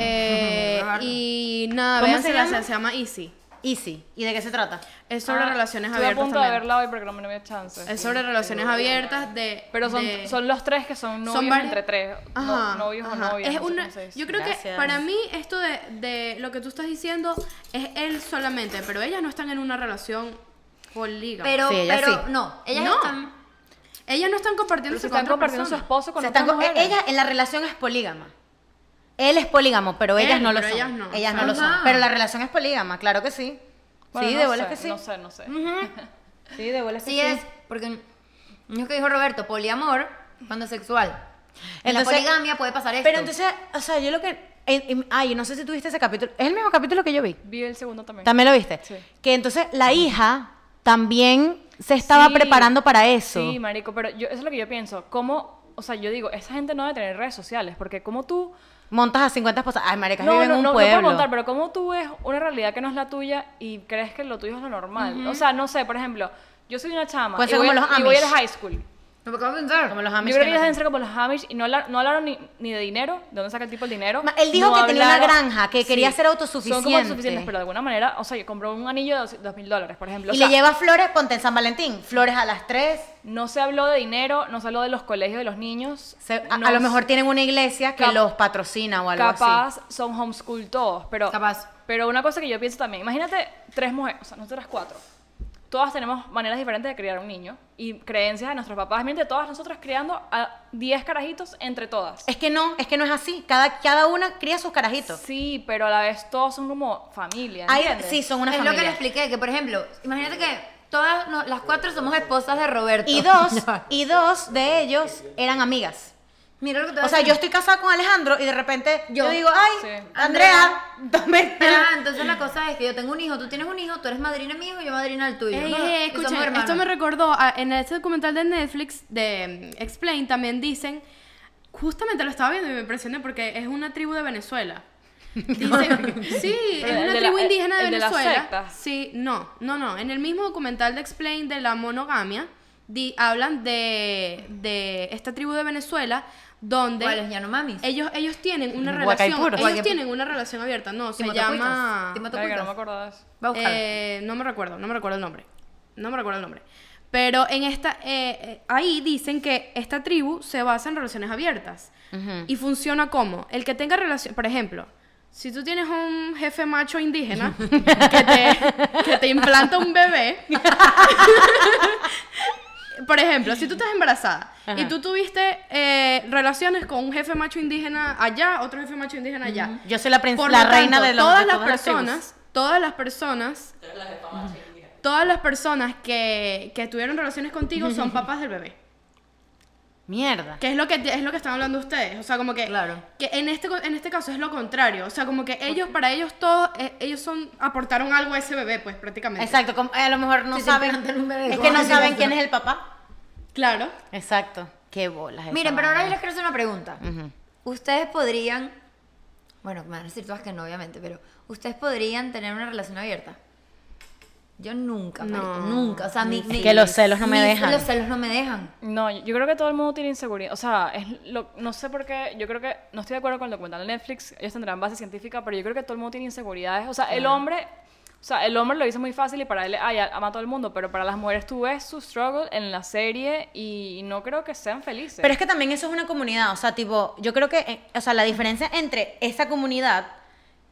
Speaker 3: Eh, y nada,
Speaker 2: ¿Cómo
Speaker 3: vean se
Speaker 2: se llama?
Speaker 3: se llama Easy.
Speaker 2: Easy. ¿Y de qué se trata?
Speaker 3: Es sobre relaciones
Speaker 4: Ah, Estoy a
Speaker 3: abiertas
Speaker 4: punto de
Speaker 3: también.
Speaker 4: verla hoy porque no me dio chance.
Speaker 3: Es sobre relaciones abiertas de
Speaker 4: Pero son,
Speaker 3: de-
Speaker 4: son los tres que son novios
Speaker 3: varias-
Speaker 4: entre tres. no-
Speaker 3: Ajá,
Speaker 4: novios
Speaker 3: ajá.
Speaker 4: o novias.
Speaker 3: Es
Speaker 4: no sé
Speaker 3: una-
Speaker 4: cómo se dice.
Speaker 3: yo creo que
Speaker 2: Gracias.
Speaker 3: para mí esto de, de lo que tú estás diciendo es él solamente, pero ellas no están en una relación polígama.
Speaker 1: Pero,
Speaker 2: Sí, ellas
Speaker 1: pero,
Speaker 2: sí.
Speaker 1: no, ellas
Speaker 3: No.
Speaker 1: están...
Speaker 3: ellas no están
Speaker 4: Pero
Speaker 3: compartiendo
Speaker 4: se están compartiendo su esposo con
Speaker 2: Se
Speaker 4: otras
Speaker 2: están co-
Speaker 4: mujeres.
Speaker 2: ella en la relación es polígama. Él es polígamo, pero ellas
Speaker 3: Él,
Speaker 2: no lo
Speaker 3: pero
Speaker 2: son.
Speaker 3: ellas no.
Speaker 2: lo son.
Speaker 1: Ajá.
Speaker 2: Pero la relación es polígama, claro que sí.
Speaker 4: Bueno,
Speaker 2: sí,
Speaker 4: no
Speaker 2: de bolas
Speaker 4: sé,
Speaker 2: que sí.
Speaker 4: No sé, no sé.
Speaker 2: Sí, de bolas que
Speaker 1: Sí es, porque es que dijo Roberto, poliamor, cuando es sexual. En la
Speaker 2: Entonces-
Speaker 1: poligamia puede pasar esto.
Speaker 2: Pero entonces, o sea, yo lo que. eh, eh, Ay, no sé si tuviste ese capítulo. Es el mismo capítulo que yo vi.
Speaker 4: Vi el segundo también.
Speaker 2: ¿También lo viste?
Speaker 4: Sí.
Speaker 2: Que entonces la hija también se estaba
Speaker 4: Sí,
Speaker 2: preparando para eso.
Speaker 4: Sí, marico, pero yo, eso es lo que yo pienso. ¿Cómo...? O sea, yo digo, esa gente no debe tener redes sociales, porque como tú...
Speaker 2: Montas a 50 esposas. Ay, maricas,
Speaker 4: No,
Speaker 2: viven
Speaker 4: no,
Speaker 2: en un
Speaker 4: no, no puedo
Speaker 2: pueblo.
Speaker 4: contar, pero como tú ves una realidad que no es la tuya y crees que lo tuyo es lo normal. O sea, no sé, por ejemplo, yo soy una chama
Speaker 2: Puede
Speaker 4: y,
Speaker 2: ser
Speaker 4: voy,
Speaker 2: como los
Speaker 4: y voy a la
Speaker 2: Amish.
Speaker 4: high school.
Speaker 1: No me acabo de pensar.
Speaker 2: Como los
Speaker 4: yo
Speaker 2: Amish
Speaker 4: creo
Speaker 2: que
Speaker 4: que
Speaker 2: no
Speaker 4: ellos deben
Speaker 2: hacen.
Speaker 4: ser como los Amish y no, habla- no hablaron ni, ni de dinero, de dónde saca el tipo el dinero.
Speaker 2: Ma, Él dijo
Speaker 4: no
Speaker 2: que tenía una
Speaker 4: hablaron-
Speaker 2: granja, que quería ser autosuficiente.
Speaker 4: Son como autosuficientes, pero de alguna manera, o sea, yo compró un anillo de dos mil dólares, por ejemplo. O
Speaker 2: y
Speaker 4: sea,
Speaker 2: le lleva flores, ponte en San Valentín. Flores a las 3.
Speaker 4: No se habló de dinero, no se habló de los colegios de los niños.
Speaker 2: a,
Speaker 4: no
Speaker 2: a lo
Speaker 4: se-
Speaker 2: mejor tienen una iglesia que
Speaker 4: Cap-
Speaker 2: los patrocina o algo así.
Speaker 4: capaz son homeschool todos, pero
Speaker 1: Capaz.
Speaker 4: pero una cosa que yo pienso también, imagínate tres mujeres, o sea, nosotras cuatro. Todas tenemos maneras diferentes de criar un niño y creencias de nuestros papás. Miren, todas nosotras criando a 10 carajitos entre todas.
Speaker 2: Es que no, es que no es así. Cada, cada una cría sus carajitos.
Speaker 4: Sí, pero a la vez todos son como familia.
Speaker 2: Hay-
Speaker 4: ¿entiendes?
Speaker 2: sí, son una
Speaker 1: es
Speaker 2: familia.
Speaker 1: lo que le expliqué, que por ejemplo, imagínate que todas no- las cuatro somos esposas de Roberto.
Speaker 2: Y dos,
Speaker 1: No.
Speaker 2: y dos de ellos eran amigas.
Speaker 1: Mira lo que te voy a
Speaker 2: O sea,
Speaker 1: decir.
Speaker 2: yo estoy casada con Alejandro y de repente yo,
Speaker 1: Yo.
Speaker 2: digo, ay,
Speaker 4: Sí.
Speaker 2: Andrea, dame.
Speaker 1: Ah, entonces la cosa es que yo tengo un hijo, tú tienes un hijo, tú eres madrina de mi hijo, yo madrina del tuyo.
Speaker 2: Eh,
Speaker 3: Ey,
Speaker 1: ¿no?
Speaker 3: ey,
Speaker 1: Y somos
Speaker 3: escuchen, esto
Speaker 1: hermanos.
Speaker 3: me recordó a- en este documental de Netflix de mm, Explain también dicen, justamente lo estaba viendo y me impresioné porque es una tribu de Venezuela. Dicen- sí, es
Speaker 4: Pero el
Speaker 3: una
Speaker 4: de la-
Speaker 3: tribu
Speaker 4: el-
Speaker 3: indígena de
Speaker 4: el de la
Speaker 3: Venezuela.
Speaker 4: secta.
Speaker 3: sí, no, no, no. En el mismo documental de Explain de la monogamia di- hablan de, de esta tribu de Venezuela donde
Speaker 1: ¿Cuál es Yanomamis?
Speaker 3: ellos ellos tienen una relación,
Speaker 2: Guacaipuros.
Speaker 3: ellos
Speaker 1: Guacaip-
Speaker 3: tienen una relación abierta. No, se
Speaker 1: Timotocuicas.
Speaker 3: llama
Speaker 1: Timotocuicas.
Speaker 4: Verga, no me acordaba de eso.
Speaker 1: Va a buscar.
Speaker 3: eh, no me recuerdo, no me recuerdo el nombre. No me recuerdo el nombre. Pero en esta, eh, eh, ahí dicen que esta tribu se basa en relaciones abiertas. Y funciona como, el que tenga relación, por ejemplo, si tú tienes un jefe macho indígena que te, que te implanta un bebé, por ejemplo, si tú estás embarazada y tú tuviste eh, relaciones con un jefe macho indígena allá, otro jefe macho indígena allá,
Speaker 2: Yo soy la, princ-
Speaker 3: por
Speaker 2: la
Speaker 3: lo
Speaker 2: reina
Speaker 3: tanto,
Speaker 2: de los
Speaker 3: todas
Speaker 2: de
Speaker 3: las
Speaker 2: todas tribus.
Speaker 3: personas, todas las personas, todas las personas que, que tuvieron relaciones contigo son papás del bebé.
Speaker 2: Mierda.
Speaker 3: Que es lo que es lo que están hablando ustedes, o sea, como que
Speaker 1: Claro.
Speaker 3: que en este co- en este caso es lo contrario, o sea, como que ellos para ellos todos eh, ellos son aportaron algo a ese bebé, pues prácticamente.
Speaker 2: Exacto, como- a lo mejor no
Speaker 1: Si te
Speaker 2: saben.
Speaker 1: implantan un bebé,
Speaker 2: es que
Speaker 1: ¿cómo
Speaker 2: no
Speaker 1: que
Speaker 2: saben
Speaker 1: no?
Speaker 2: quién es el papá.
Speaker 3: Claro.
Speaker 2: Exacto. Qué bolas. esa
Speaker 1: Miren, pero ahora yo
Speaker 2: vaina.
Speaker 1: les quiero hacer una pregunta.
Speaker 2: Ujú.
Speaker 1: Ustedes podrían, bueno, me van a decir todas que no, obviamente, pero ustedes podrían tener una relación abierta. Yo nunca, marico,
Speaker 3: No,
Speaker 1: nunca. O sea, mi, mi-
Speaker 2: Que los celos no me
Speaker 1: mis-
Speaker 2: dejan.
Speaker 1: Los celos no me dejan.
Speaker 4: No, yo creo que todo el mundo tiene inseguridad. O sea, es lo- no sé por qué. Yo creo que. No estoy de acuerdo con el documental de Netflix. Ellos tendrán base científica, pero yo creo que todo el mundo tiene inseguridades. O sea, el hombre. O sea, el hombre lo hizo muy fácil y para él, ay, ama a todo el mundo. Pero para las mujeres tú ves su struggle en la serie y no creo que sean felices.
Speaker 2: Pero es que también eso es una comunidad, o sea, tipo, yo creo que, eh, o sea, la diferencia entre esa comunidad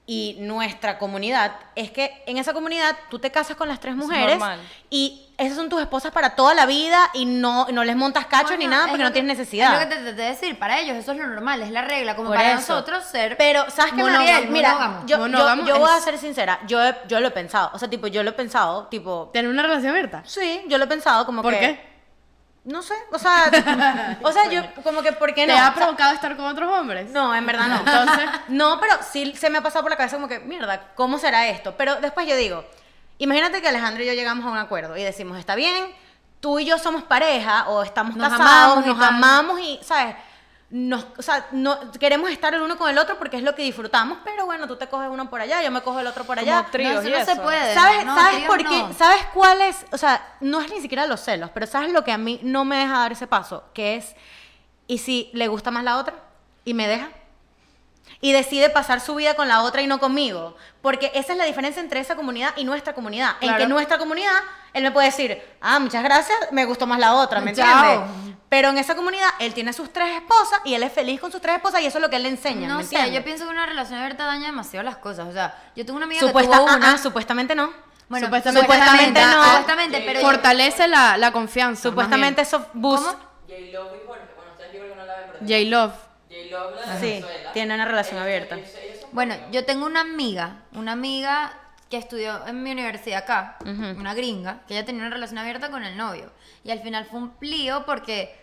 Speaker 2: y nuestra comunidad es que en esa comunidad tú te casas con las tres mujeres
Speaker 4: normal.
Speaker 2: y esas son tus esposas para toda la vida y no, no les montas cacho ni
Speaker 1: Bueno,
Speaker 2: nada
Speaker 1: es
Speaker 2: porque
Speaker 1: lo
Speaker 2: no
Speaker 1: que-
Speaker 2: tienes
Speaker 1: Es
Speaker 2: necesidad.
Speaker 1: lo que te traté de decir. Para ellos eso es lo normal, es la regla. Como
Speaker 2: Por
Speaker 1: para
Speaker 2: eso.
Speaker 1: nosotros ser.
Speaker 2: Pero, ¿sabes qué,
Speaker 1: monógamo,
Speaker 2: Mariel? Mira,
Speaker 1: monógamo.
Speaker 2: yo, yo-
Speaker 3: Monógamo
Speaker 2: yo voy a
Speaker 3: es-
Speaker 2: ser sincera, yo, he- yo lo he pensado, o sea, tipo, yo lo he pensado, tipo,
Speaker 3: Tener una relación abierta.
Speaker 2: sí, yo lo he pensado como
Speaker 3: ¿Por
Speaker 2: que...
Speaker 3: qué?
Speaker 2: No sé, o sea, o sea, yo como que, ¿por qué
Speaker 3: ¿Te
Speaker 2: no? O
Speaker 3: ha
Speaker 2: sea,
Speaker 3: provocado estar con otros hombres?
Speaker 2: No, en verdad no.
Speaker 3: Entonces-
Speaker 2: no, pero sí se me ha pasado por la cabeza como que, mierda, ¿cómo será esto? Pero después yo digo, imagínate que Alejandro y yo llegamos a un acuerdo y decimos, está bien, tú y yo somos pareja o estamos
Speaker 1: Nos
Speaker 2: casados,
Speaker 1: amamos y
Speaker 2: nos
Speaker 1: tal".
Speaker 2: amamos y, ¿sabes? Nos, o sea, no, queremos estar el uno con el otro porque es lo que disfrutamos, pero bueno, tú te coges uno por allá, yo me cojo el otro por
Speaker 4: Como
Speaker 2: allá.
Speaker 4: tríos
Speaker 1: no, eso
Speaker 4: y
Speaker 1: no se
Speaker 4: eso.
Speaker 1: puede.
Speaker 2: ¿Sabes,
Speaker 1: no,
Speaker 2: ¿sabes
Speaker 1: tríos
Speaker 2: por qué?
Speaker 1: no.
Speaker 2: ¿Sabes cuál es? O sea, no es ni siquiera los celos, pero ¿sabes lo que a mí no me deja dar ese paso? Que es, ¿y si le gusta más la otra? ¿Y me deja? Y decide pasar su vida con la otra y no conmigo. Porque esa es la diferencia entre esa comunidad y nuestra comunidad. En
Speaker 3: Claro.
Speaker 2: que nuestra comunidad, él me puede decir, ah, muchas gracias, me gustó más la otra, ¿me
Speaker 1: Chao.
Speaker 2: entiendes? Pero en esa comunidad, él tiene sus tres esposas y él es feliz con sus tres esposas y eso es lo que él le enseña.
Speaker 1: No
Speaker 2: ¿me
Speaker 1: sé, yo
Speaker 2: entiendes?
Speaker 1: pienso que una relación abierta daña demasiado las cosas. O sea, yo tengo una amiga
Speaker 2: Supuesta-
Speaker 1: que tuvo
Speaker 2: ah,
Speaker 1: una.
Speaker 2: ah, supuestamente no.
Speaker 1: bueno,
Speaker 3: Supuestamente-
Speaker 1: supuestamente
Speaker 2: Supuestamente
Speaker 1: no. Ah,
Speaker 2: no.
Speaker 1: Supuestamente, pero yo-
Speaker 3: Fortalece la, la confianza.
Speaker 2: Supuestamente eso boost.
Speaker 1: ¿Cómo?
Speaker 5: J-Love y Jorge, bueno, ustedes yo creo que no la ven, pero
Speaker 3: J-Love.
Speaker 5: J-Love la de
Speaker 2: Sí,
Speaker 5: Venezuela.
Speaker 2: tiene una relación
Speaker 5: Ellos-
Speaker 2: abierta.
Speaker 5: ellos- ellos son
Speaker 1: Bueno, yo tengo una amiga, una amiga que estudió en mi universidad acá, una gringa, que ella tenía una relación abierta con el novio. Y al final fue un plío porque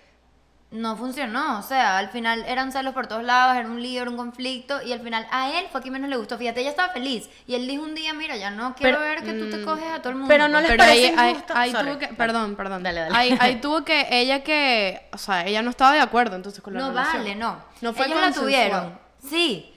Speaker 1: no funcionó. O sea, al final eran celos por todos lados, era un lío, era un conflicto. Y al final a él fue a quien menos le gustó. Fíjate, ella estaba feliz. Y él dijo un día, mira, ya no quiero
Speaker 2: Pero-
Speaker 1: ver que tú te coges a todo el mundo.
Speaker 2: pero no les-
Speaker 3: Pero ahí,
Speaker 2: parece
Speaker 3: ahí-
Speaker 2: injusto?
Speaker 3: ahí
Speaker 2: Sorry.
Speaker 3: tuvo que, perdón, perdón,
Speaker 2: Dale, dale.
Speaker 3: Ahí, ahí tuvo que ella que, o sea, ella no estaba de acuerdo entonces con la
Speaker 1: No
Speaker 3: relación.
Speaker 1: vale, no.
Speaker 3: No fue
Speaker 1: Ellos la
Speaker 3: consensuado.
Speaker 1: tuvieron. Sí.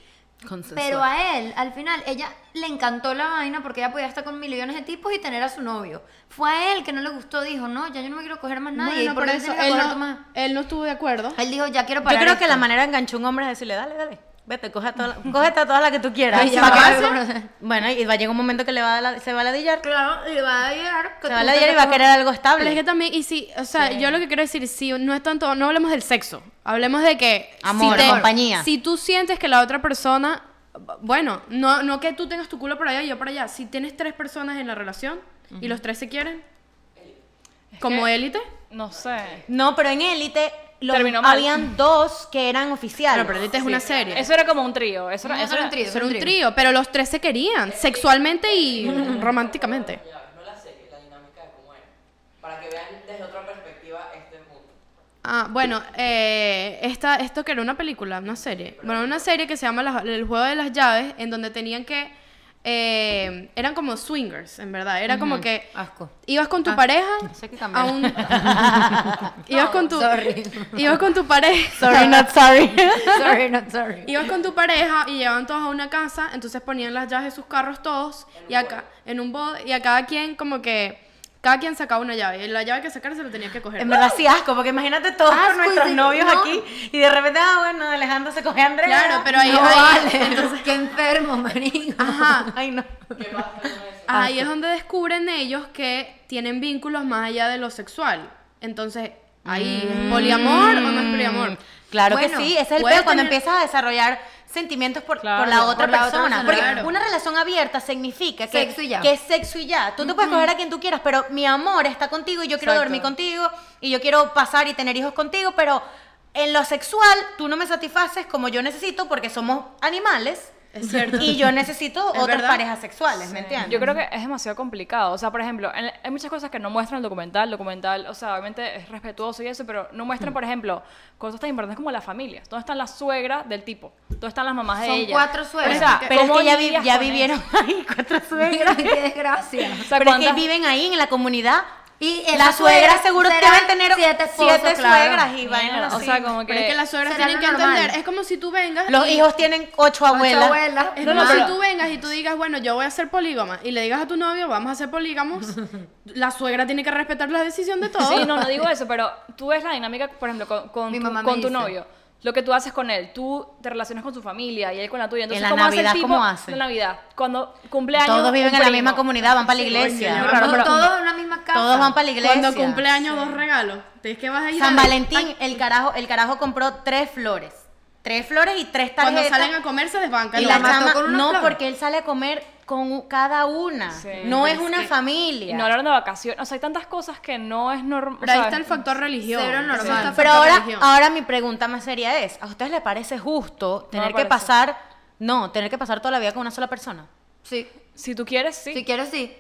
Speaker 1: Pero
Speaker 2: hay
Speaker 1: a él, al final, ella le encantó la vaina porque ella podía estar con millones de tipos y tener a su novio. Fue a él que no le gustó, dijo, no, ya yo no me quiero coger más nadie.
Speaker 3: Bueno,
Speaker 1: ¿por
Speaker 3: por
Speaker 1: qué me
Speaker 3: eso
Speaker 1: tienes que
Speaker 3: él
Speaker 1: coger
Speaker 3: no,
Speaker 1: tú más?
Speaker 3: él no estuvo de acuerdo.
Speaker 1: Él dijo, ya quiero
Speaker 2: Yo
Speaker 1: parar
Speaker 2: creo que
Speaker 1: esto".
Speaker 2: la manera de enganchar a un hombre es decirle, dale, dale, vete, coge a toda la- cógete a todas las que tú quieras.
Speaker 1: Ay, ya
Speaker 2: ¿Para
Speaker 1: va,
Speaker 2: qué?
Speaker 1: ya
Speaker 2: Bueno, y va a llegar un momento que le va a la- se va a ladillar.
Speaker 1: Claro, y va a llegar... que
Speaker 2: Se
Speaker 1: tú
Speaker 2: va a
Speaker 1: te
Speaker 2: ladillar y va a
Speaker 1: coges-
Speaker 2: querer algo
Speaker 3: Pero
Speaker 2: estable.
Speaker 3: es que también, y si, o sea, yo lo que quiero decir, si no es tanto, no hablemos del sexo, hablemos de que...
Speaker 2: Amor,
Speaker 3: si
Speaker 2: compañía.
Speaker 3: Si tú sientes que la otra persona, bueno, no, no que tú tengas tu culo por allá y yo por allá, si tienes tres personas en la relación y los tres se quieren, como
Speaker 4: que-
Speaker 3: élite,
Speaker 4: No sé.
Speaker 2: No, pero en élite lo-
Speaker 4: Terminó mal.
Speaker 2: habían dos que eran oficiales.
Speaker 3: bueno, pero élite es
Speaker 4: Sí.
Speaker 3: una serie.
Speaker 4: Eso era como un trío. Eso era,
Speaker 1: No,
Speaker 4: eso
Speaker 1: era
Speaker 4: era
Speaker 1: un trío.
Speaker 3: Eso era un trío, pero los tres se querían, sexualmente y románticamente.
Speaker 5: llaves, No la serie, la dinámica de cómo era. Para que vean desde otra perspectiva este mundo.
Speaker 3: Ah, bueno, eh, esta, esto que era una película, una serie. Bueno, una serie que se llama Las- El juego de las llaves, en donde tenían que. eh, eran como swingers, en verdad. Era como que.
Speaker 2: Asco.
Speaker 3: Ibas con tu
Speaker 2: Ah,
Speaker 3: pareja
Speaker 2: sé que
Speaker 3: a
Speaker 2: cambiaron.
Speaker 3: un. ibas con tu.
Speaker 1: sorry.
Speaker 3: Ibas con tu pareja.
Speaker 2: Sorry, not sorry.
Speaker 1: Sorry, not sorry.
Speaker 3: Ibas con tu pareja y llevaban todos a una casa, entonces ponían las llaves de sus carros todos y acá en un bod y a cada quien como que cada quien sacaba una llave y la llave que sacara se la tenía que coger.
Speaker 2: En verdad sí asco, porque imagínate todos
Speaker 1: Asco,
Speaker 2: con nuestros
Speaker 1: y de-
Speaker 2: novios
Speaker 1: no.
Speaker 2: aquí y de repente, ah, bueno, Alejandro se coge a Andrea.
Speaker 3: Claro, pero ahí,
Speaker 1: No
Speaker 3: ahí-
Speaker 1: vale. Qué enfermo, marico.
Speaker 3: ajá,
Speaker 2: Ay, no.
Speaker 4: Ah,
Speaker 3: ahí es donde descubren ellos que tienen vínculos más allá de lo sexual. Entonces, ahí
Speaker 4: Mm.
Speaker 3: ¿es poliamor o no es poliamor.
Speaker 2: Mm, Claro
Speaker 1: Bueno,
Speaker 2: que sí, ese es el
Speaker 3: puede
Speaker 2: peo cuando
Speaker 3: tener-
Speaker 2: empiezas a desarrollar sentimientos por,
Speaker 4: Claro,
Speaker 2: por la otra
Speaker 1: por la otra
Speaker 2: persona.
Speaker 1: persona,
Speaker 2: porque
Speaker 3: claro.
Speaker 2: una relación abierta significa que,
Speaker 1: Sexo y ya.
Speaker 2: que es sexo y ya. Tú te puedes coger a quien tú quieras, pero mi amor está contigo y yo quiero
Speaker 4: Exacto.
Speaker 2: dormir contigo y yo quiero pasar y tener hijos contigo, pero en lo sexual tú no me satisfaces como yo necesito porque somos animales
Speaker 3: Es cierto.
Speaker 2: y yo necesito
Speaker 3: Es
Speaker 2: otras
Speaker 3: verdad.
Speaker 2: parejas sexuales, ¿me entiendes?
Speaker 4: Yo creo que es demasiado complicado. O sea, por ejemplo, en- hay muchas cosas que no muestran el documental. El documental, o sea, obviamente es respetuoso y eso, pero no muestran, por ejemplo, cosas tan importantes como las familias. ¿Dónde están las suegras del tipo? ¿Dónde están las mamás de
Speaker 1: Son
Speaker 4: ella?
Speaker 1: cuatro suegras.
Speaker 4: O sea,
Speaker 2: pero es
Speaker 4: ¿cómo
Speaker 2: que ya, vi-
Speaker 4: lidias
Speaker 2: ya
Speaker 4: con
Speaker 2: vivieron
Speaker 4: eso?
Speaker 2: ahí cuatro
Speaker 1: Mira,
Speaker 2: suegras.
Speaker 1: qué desgracia.
Speaker 4: O sea,
Speaker 2: pero es que
Speaker 4: ¿cuántas-
Speaker 2: viven ahí en la comunidad.
Speaker 1: Y
Speaker 2: Las suegras seguro
Speaker 1: serán
Speaker 2: deben tener
Speaker 1: siete, esposos,
Speaker 2: siete
Speaker 1: claro.
Speaker 2: suegras y vainas
Speaker 4: O
Speaker 2: así.
Speaker 4: sea, como que...
Speaker 3: Pero es que las suegras
Speaker 1: Será
Speaker 3: tienen
Speaker 1: lo
Speaker 3: que
Speaker 1: normal.
Speaker 3: entender, es como si tú vengas
Speaker 2: Los
Speaker 3: y-
Speaker 2: hijos tienen ocho abuelas.
Speaker 1: Ocho abuelas.
Speaker 3: Es
Speaker 4: No, no,
Speaker 3: como
Speaker 4: pero-
Speaker 3: si tú vengas y tú digas, bueno, yo voy a ser polígama y le digas a tu novio, vamos a ser polígamos, la suegra tiene que respetar la decisión de todos.
Speaker 4: Sí, no, no digo eso, pero tú ves la dinámica, por ejemplo, con, con
Speaker 1: Mi
Speaker 4: tu,
Speaker 1: mamá me
Speaker 4: con tu
Speaker 1: dice.
Speaker 4: novio. Lo que tú haces con él, tú te relacionas con su familia y él con la tuya.
Speaker 2: En
Speaker 4: Entonces,
Speaker 2: la
Speaker 4: ¿cómo hace
Speaker 2: Navidad,
Speaker 4: el tipo
Speaker 2: ¿cómo hace?
Speaker 4: en Navidad? Cuando cumple años.
Speaker 2: Todos viven
Speaker 4: un
Speaker 2: en la
Speaker 4: primo.
Speaker 2: misma comunidad, van para la iglesia.
Speaker 1: Vamos
Speaker 4: Claro, pero-
Speaker 1: todos en una misma casa.
Speaker 2: Todos van para la iglesia.
Speaker 3: Cuando cumpleaños dos regalos. Es que vas a ir
Speaker 2: San
Speaker 3: a-
Speaker 2: Valentín, el carajo, el carajo compró tres flores. Tres flores y tres tarjetas.
Speaker 3: Cuando salen a comer se desbancan.
Speaker 2: y
Speaker 3: los
Speaker 2: la
Speaker 3: demás.
Speaker 2: chama,
Speaker 1: con unas
Speaker 2: no,
Speaker 1: flores.
Speaker 2: porque él sale a comer con u- cada una.
Speaker 4: Sí,
Speaker 2: no
Speaker 4: pero
Speaker 2: es una
Speaker 4: Y
Speaker 2: familia.
Speaker 4: no hablaron de vacaciones. O sea, hay tantas cosas que no es normal.
Speaker 3: Pero ahí está el factor religioso.
Speaker 1: Cero normal.
Speaker 2: Pero ahora, ahora mi pregunta más seria es, ¿a ustedes les parece justo tener
Speaker 4: me
Speaker 2: que
Speaker 4: parece.
Speaker 2: pasar, no, tener que pasar toda la vida con una sola persona?
Speaker 1: Sí,
Speaker 4: Si tú quieres, sí.
Speaker 1: si quieres sí.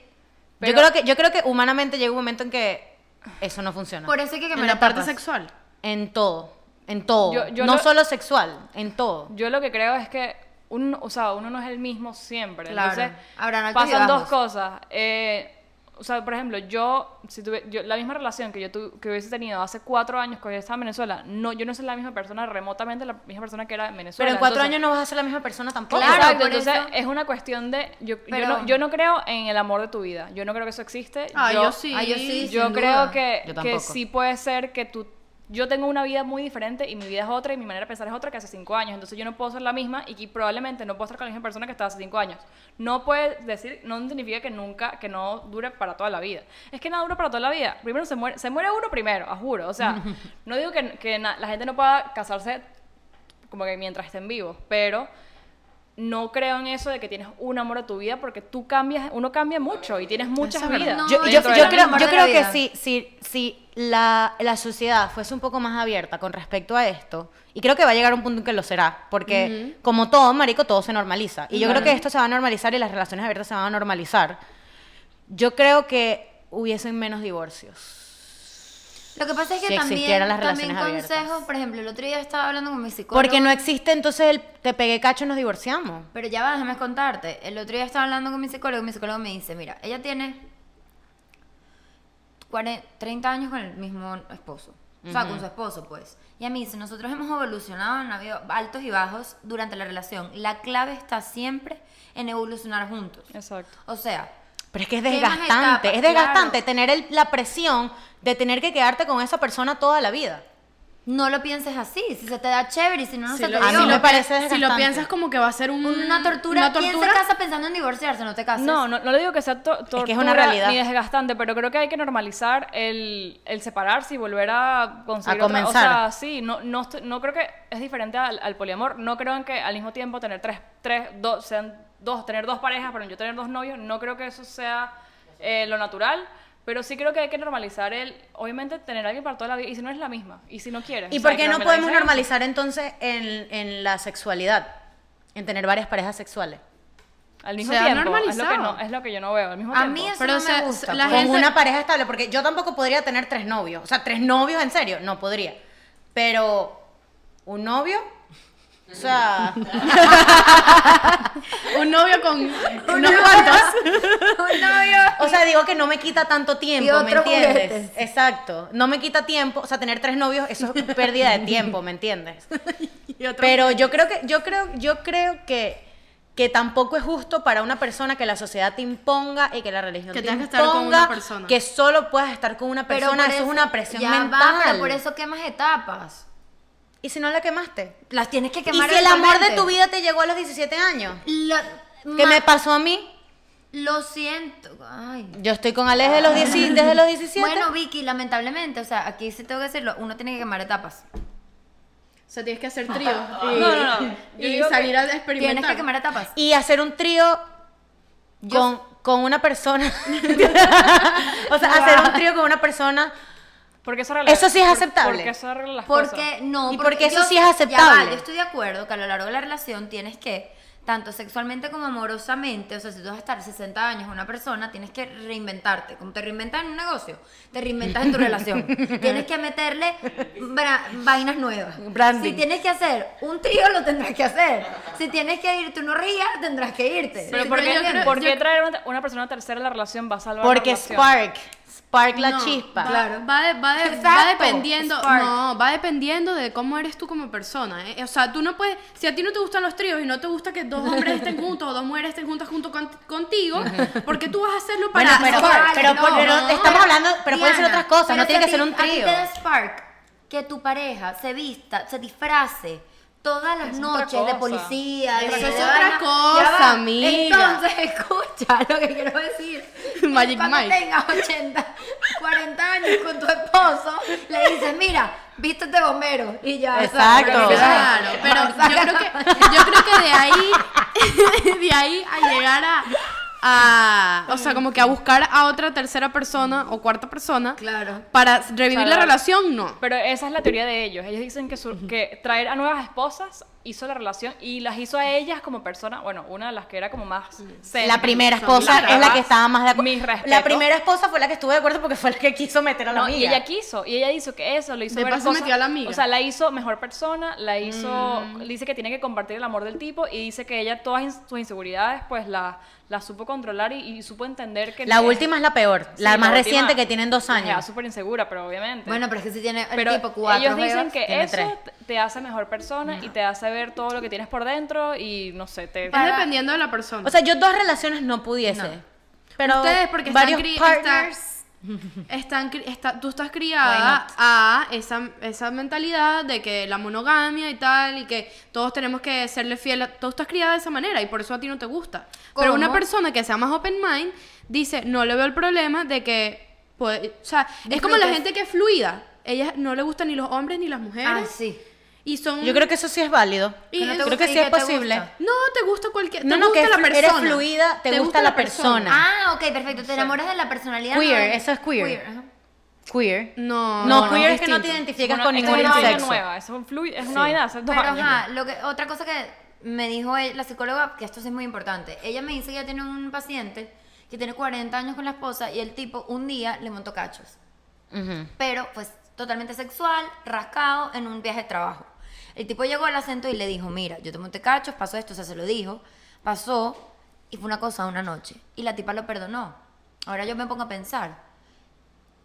Speaker 2: yo creo que, yo creo que humanamente llega un momento en que eso no funciona.
Speaker 1: Por eso hay que
Speaker 3: en
Speaker 1: cambiar
Speaker 3: la parte
Speaker 1: etapas.
Speaker 3: sexual.
Speaker 2: En todo, en todo.
Speaker 4: Yo- yo
Speaker 2: no
Speaker 4: lo-
Speaker 2: solo sexual, en todo.
Speaker 4: Yo lo que creo es que uno, o sea, uno no es el mismo siempre.
Speaker 1: Claro.
Speaker 4: Entonces,
Speaker 1: Habrán altos y
Speaker 4: pasan
Speaker 1: bajos.
Speaker 4: dos cosas. Eh, o sea, por ejemplo, yo, si tuve, yo- la misma relación que yo tu- que hubiese tenido hace cuatro años que yo estaba en Venezuela, no, yo no soy la misma persona remotamente, la misma persona que era en Venezuela.
Speaker 2: Pero en cuatro
Speaker 4: Entonces-
Speaker 2: años no vas a ser la misma persona tampoco.
Speaker 1: Claro,
Speaker 4: Exacto,
Speaker 1: por
Speaker 4: entonces
Speaker 1: eso-
Speaker 4: es una cuestión de. Yo, yo
Speaker 1: Pero-
Speaker 4: no, yo no creo en el amor de tu vida. Yo no creo que eso existe.
Speaker 3: Ah, yo sí.
Speaker 1: Ah, yo sí.
Speaker 4: Yo
Speaker 1: sin
Speaker 4: creo
Speaker 1: duda.
Speaker 4: que,
Speaker 2: Yo
Speaker 4: que
Speaker 2: tampoco.
Speaker 4: sí puede ser que tú. Yo tengo una vida muy diferente y mi vida es otra y mi manera de pensar es otra que hace cinco años. Entonces yo no puedo ser la misma y que probablemente no puedo estar con la misma persona que estaba hace cinco años. No puedes decir, no significa que nunca, que no dure para toda la vida. Es que nada dura para toda la vida. Primero se muere, se muere uno primero, a juro. O sea, no digo que, que na- la gente no pueda casarse como que mientras estén vivos, pero no creo en eso de que tienes un amor a tu vida porque tú cambias, uno cambia mucho y tienes muchas
Speaker 3: Eso es
Speaker 4: vidas.
Speaker 1: verdad.
Speaker 2: Yo,
Speaker 1: No,
Speaker 2: yo-
Speaker 1: dentro
Speaker 2: yo
Speaker 1: de la
Speaker 2: creo,
Speaker 1: misma
Speaker 2: yo
Speaker 1: parte de la
Speaker 2: creo que
Speaker 1: vida.
Speaker 2: si, si, si la, la sociedad fuese un poco más abierta con respecto a esto, y creo que va a llegar un punto en que lo será, porque como todo, marico, todo se normaliza. Y yo creo que esto se va a normalizar y las relaciones abiertas se van a normalizar. Yo creo que hubiesen menos divorcios.
Speaker 1: Lo que pasa es que
Speaker 2: Si
Speaker 1: también,
Speaker 2: existieran las
Speaker 1: también
Speaker 2: relaciones abiertas.
Speaker 1: consejos, por ejemplo, el otro día estaba hablando con mi psicólogo.
Speaker 2: Porque no existe entonces el te pegué cacho y nos divorciamos.
Speaker 1: Pero ya va, déjame contarte. El otro día estaba hablando con mi psicólogo y mi psicólogo me dice, mira, ella tiene cuare- 30 años con el mismo esposo. O sea, con su esposo, pues. Y a mí dice, nosotros hemos evolucionado, han habido altos y bajos durante la relación. La clave está siempre en evolucionar juntos.
Speaker 4: Exacto.
Speaker 1: O sea,
Speaker 2: Pero es que es
Speaker 1: ¿Qué más
Speaker 2: desgastante,
Speaker 1: etapas?
Speaker 2: es desgastante
Speaker 1: Claro.
Speaker 2: tener el- la presión de tener que quedarte con esa persona toda la vida.
Speaker 1: no lo pienses así. Si se te da chévere y si no, no
Speaker 3: Si
Speaker 1: se
Speaker 3: lo-
Speaker 1: te
Speaker 2: a
Speaker 1: dio.
Speaker 2: mí me
Speaker 3: si lo-
Speaker 2: parece
Speaker 3: Si
Speaker 2: desgastante.
Speaker 3: lo piensas como que va a ser un-
Speaker 1: Una tortura.
Speaker 3: una
Speaker 1: ¿Quién se
Speaker 3: tortura,
Speaker 1: casa pensando en divorciarse? No te cases.
Speaker 4: No, no, no le digo que sea to- tortura
Speaker 2: que es una realidad.
Speaker 4: ni desgastante, pero creo que hay que normalizar el, el separarse y volver a conseguir
Speaker 2: A
Speaker 4: otra-
Speaker 2: comenzar.
Speaker 4: o sea, sí, no, no, estoy- no creo que es diferente al, al poliamor. No creo en que al mismo tiempo tener tres, tres dos, sean dos, tener dos parejas, pero yo tener dos novios, no creo que eso sea eh, lo natural. Pero sí creo que hay que normalizar el, obviamente, tener a alguien para toda la vida. Y si no es la misma, y si no quieres.
Speaker 2: ¿Y
Speaker 4: O sea,
Speaker 2: por qué
Speaker 4: que
Speaker 2: no podemos
Speaker 4: normalicen eso.
Speaker 2: normalizar entonces en, en la sexualidad? En tener varias parejas sexuales.
Speaker 4: Al mismo
Speaker 3: Se ha
Speaker 4: tiempo. Es lo, que
Speaker 3: normalizado.
Speaker 4: no, es lo que yo no veo. Al mismo
Speaker 1: A
Speaker 4: tiempo.
Speaker 1: mí eso
Speaker 3: Pero
Speaker 1: no
Speaker 3: se-
Speaker 1: me gusta.
Speaker 3: la
Speaker 1: pues.
Speaker 2: Con
Speaker 3: gente-
Speaker 2: una pareja estable, porque yo tampoco podría tener tres novios. O sea, tres novios en serio, no podría. Pero un novio, o sea,
Speaker 3: Un novio con unos
Speaker 1: novio.
Speaker 3: cuantos.
Speaker 1: Un novio.
Speaker 2: o sea, digo que no me quita tanto tiempo,
Speaker 1: Y otros
Speaker 2: ¿me entiendes?
Speaker 1: juguetes.
Speaker 2: Exacto, no me quita tiempo, o sea, tener tres novios eso es pérdida de tiempo, ¿me entiendes?
Speaker 3: y otro-
Speaker 2: Pero yo creo que yo creo yo creo que que tampoco es justo para una persona que la sociedad te imponga y que la religión
Speaker 3: Que
Speaker 2: te
Speaker 3: tengas que estar con una
Speaker 2: imponga,
Speaker 3: persona.
Speaker 2: que solo puedas estar con una persona,
Speaker 1: por
Speaker 2: eso, es una presión
Speaker 1: ya va,
Speaker 2: mental.
Speaker 1: pero por eso quemas etapas.
Speaker 2: Y si no la quemaste.
Speaker 1: Las tienes que quemar.
Speaker 2: y si el amor de
Speaker 1: eventualmente.
Speaker 2: tu vida te llegó a los 17 años,
Speaker 1: Lo,
Speaker 2: que
Speaker 1: ma-
Speaker 2: me pasó a mí,
Speaker 1: Lo siento. Ay.
Speaker 2: yo estoy con Alex de los 10 desde los 17.
Speaker 1: Bueno, Vicky, lamentablemente, o sea, aquí sí tengo que decirlo, uno tiene que quemar etapas.
Speaker 3: O sea, tienes que hacer trío. Y,
Speaker 4: No, no, no. Yo
Speaker 3: y
Speaker 4: digo
Speaker 3: salir
Speaker 4: que
Speaker 3: a experimentar.
Speaker 1: Tienes que quemar etapas.
Speaker 2: y hacer un trío
Speaker 1: Yo-
Speaker 2: con, con una persona. o sea, hacer un trío con una persona
Speaker 4: Porque eso arregla-
Speaker 2: Eso sí es
Speaker 4: por-
Speaker 2: aceptable.
Speaker 4: Porque eso arregla las
Speaker 1: Porque
Speaker 4: cosas.
Speaker 1: no,
Speaker 2: Y porque eso sí es
Speaker 1: ya va,
Speaker 2: aceptable.
Speaker 1: yo estoy de acuerdo que a lo largo de la relación tienes que, tanto sexualmente como amorosamente, o sea, si tú vas a estar 60 años con una persona, tienes que reinventarte. Como te reinventas en un negocio, te reinventas en tu relación. tienes que meterle bra- vainas nuevas.
Speaker 2: Branding.
Speaker 1: Si tienes que hacer un trío, lo tendrás que hacer. Si tienes que irte una orilla, tendrás que irte.
Speaker 4: Pero
Speaker 1: Sí,
Speaker 4: ¿por
Speaker 1: pero
Speaker 4: qué,
Speaker 1: yo creo-
Speaker 4: por
Speaker 1: yo-
Speaker 4: qué traer una, una persona tercera a la relación va a salvar
Speaker 2: porque
Speaker 4: la relación?
Speaker 2: spark, spark la
Speaker 3: No,
Speaker 2: chispa.
Speaker 3: Va,
Speaker 1: Claro.
Speaker 3: va, de- va, de- va
Speaker 1: Exacto,
Speaker 3: dependiendo.
Speaker 1: spark.
Speaker 3: No, va dependiendo de cómo eres tú como persona. ¿eh? O sea, tú no puedes. Si a ti no te gustan los tríos y no te gusta que dos hombres estén juntos o dos mujeres estén juntas junto con- contigo, porque tú vas a hacerlo
Speaker 2: Bueno,
Speaker 3: para.
Speaker 2: Ah, pero-
Speaker 3: spark?
Speaker 2: pero-
Speaker 3: No,
Speaker 2: por- pero
Speaker 3: no.
Speaker 2: estamos hablando- pero pueden ser
Speaker 1: Diana,
Speaker 2: otras cosas,
Speaker 1: pero
Speaker 2: no
Speaker 1: si
Speaker 2: tiene
Speaker 1: a
Speaker 2: que ser
Speaker 1: ti-
Speaker 2: un
Speaker 1: a ti
Speaker 2: trío.
Speaker 1: te da spark que tu pareja se vista, se disfrace todas las
Speaker 4: Es otra
Speaker 1: noches de
Speaker 4: cosa.
Speaker 1: policía. de-
Speaker 3: Eso
Speaker 1: de
Speaker 3: es
Speaker 1: vaina.
Speaker 3: otra
Speaker 1: Ya va.
Speaker 3: cosa, amiga.
Speaker 1: Entonces, escucha lo que quiero decir.
Speaker 3: Magic
Speaker 1: Cuando
Speaker 3: Mike.
Speaker 1: tengas 80, 40 años con tu esposo, le dices, mira, vístete bombero. Y ya. o sea,
Speaker 2: Exacto.
Speaker 1: porque-
Speaker 3: Claro, pero yo creo que, yo creo que de ahí, de ahí a llegar a, a- o sea, como que a buscar a otra tercera persona o cuarta persona
Speaker 1: Claro.
Speaker 3: para revivir la
Speaker 4: Salvar.
Speaker 3: relación, no.
Speaker 4: Pero esa es la teoría de ellos. Ellos dicen que, su- que traer a nuevas esposas hizo la relación y las hizo a ellas como personas. Bueno, una de las que era como más. zen.
Speaker 2: La primera esposa es
Speaker 4: Las
Speaker 2: la
Speaker 4: chavas,
Speaker 2: que estaba más de acuerdo.
Speaker 4: Mis
Speaker 2: La
Speaker 4: respetos.
Speaker 2: primera esposa fue la que estuve de acuerdo porque fue la que quiso meter a la
Speaker 4: No,
Speaker 2: amiga.
Speaker 4: y ella quiso, y ella hizo que eso, lo hizo
Speaker 3: De
Speaker 4: ver
Speaker 3: paso
Speaker 4: cosas-
Speaker 3: metió a la amiga.
Speaker 4: O sea, la hizo mejor persona, la hizo, dice que tiene que compartir el amor del tipo y dice que ella todas ins- sus inseguridades pues las la supo controlar y, y supo entender que...
Speaker 2: la
Speaker 4: no-
Speaker 2: última es la peor,
Speaker 4: Sí,
Speaker 2: la más
Speaker 4: última.
Speaker 2: reciente que tienen dos
Speaker 4: Ya,
Speaker 2: años.
Speaker 4: súper insegura, pero obviamente.
Speaker 1: Bueno, pero es que si tiene el
Speaker 4: pero
Speaker 1: tipo cuatro
Speaker 4: ellos dicen
Speaker 1: huevos,
Speaker 4: que
Speaker 2: tiene
Speaker 4: eso
Speaker 2: tres.
Speaker 4: t- te hace mejor persona y te hace ver todo lo que tienes por dentro y no sé, te...
Speaker 3: Es dependiendo de la persona.
Speaker 2: O sea, yo dos relaciones no pudiese. Pero
Speaker 3: ustedes porque están
Speaker 2: varios
Speaker 3: cri- están-
Speaker 2: partners.
Speaker 3: están cri- está- tú estás
Speaker 2: Why
Speaker 3: criada
Speaker 2: not?
Speaker 3: a esa, esa mentalidad de que la monogamia y tal, y que todos tenemos que serle fiel. a- tú estás criada de esa manera y por eso a ti no te gusta. Pero una
Speaker 1: ¿Cómo?
Speaker 3: persona que sea más open mind dice, no le veo el problema de que. puede- o sea, es como la
Speaker 1: Disfrutes.
Speaker 3: gente que es fluida. Ellas no le gustan ni los hombres ni las mujeres.
Speaker 1: Ah, sí.
Speaker 3: Y son.
Speaker 2: Mm. Yo creo que eso sí es válido.
Speaker 3: Y
Speaker 1: Que no te
Speaker 2: creo
Speaker 1: gusta
Speaker 2: que
Speaker 1: y
Speaker 2: sí es
Speaker 1: que te
Speaker 2: posible.
Speaker 1: gusta.
Speaker 3: No, te gusta cualquier.
Speaker 2: No,
Speaker 3: te
Speaker 2: no, que
Speaker 3: gusta la
Speaker 2: flu- eres
Speaker 3: persona.
Speaker 2: fluida, te gusta la persona.
Speaker 1: Ah, ok, perfecto. Te enamoras de la personalidad.
Speaker 2: Queer,
Speaker 1: ¿no?
Speaker 2: eso es queer.
Speaker 1: ajá.
Speaker 2: Queer.
Speaker 3: No,
Speaker 2: No,
Speaker 3: no,
Speaker 2: queer
Speaker 3: es
Speaker 2: es que no te
Speaker 3: distinto.
Speaker 2: identificas
Speaker 4: Bueno,
Speaker 2: con
Speaker 4: es
Speaker 2: ningún
Speaker 4: una vaina
Speaker 2: sexo.
Speaker 4: nueva, es, un flu- es una vaina de hace dos
Speaker 1: Pero
Speaker 4: años.
Speaker 1: ajá, lo que, otra cosa que me dijo el- la psicóloga, que esto sí es muy importante. Ella me dice que ella tiene un paciente que tiene 40 años con la esposa y el tipo un día le montó cachos.
Speaker 2: Ujú.
Speaker 1: Pero pues totalmente sexual, rascado en un viaje de trabajo. El tipo llegó al acento y le dijo, mira, yo te monté cachos, pasó esto, o sea, se lo dijo, pasó y fue una cosa una noche. Y la tipa lo perdonó. Ahora yo me pongo a pensar.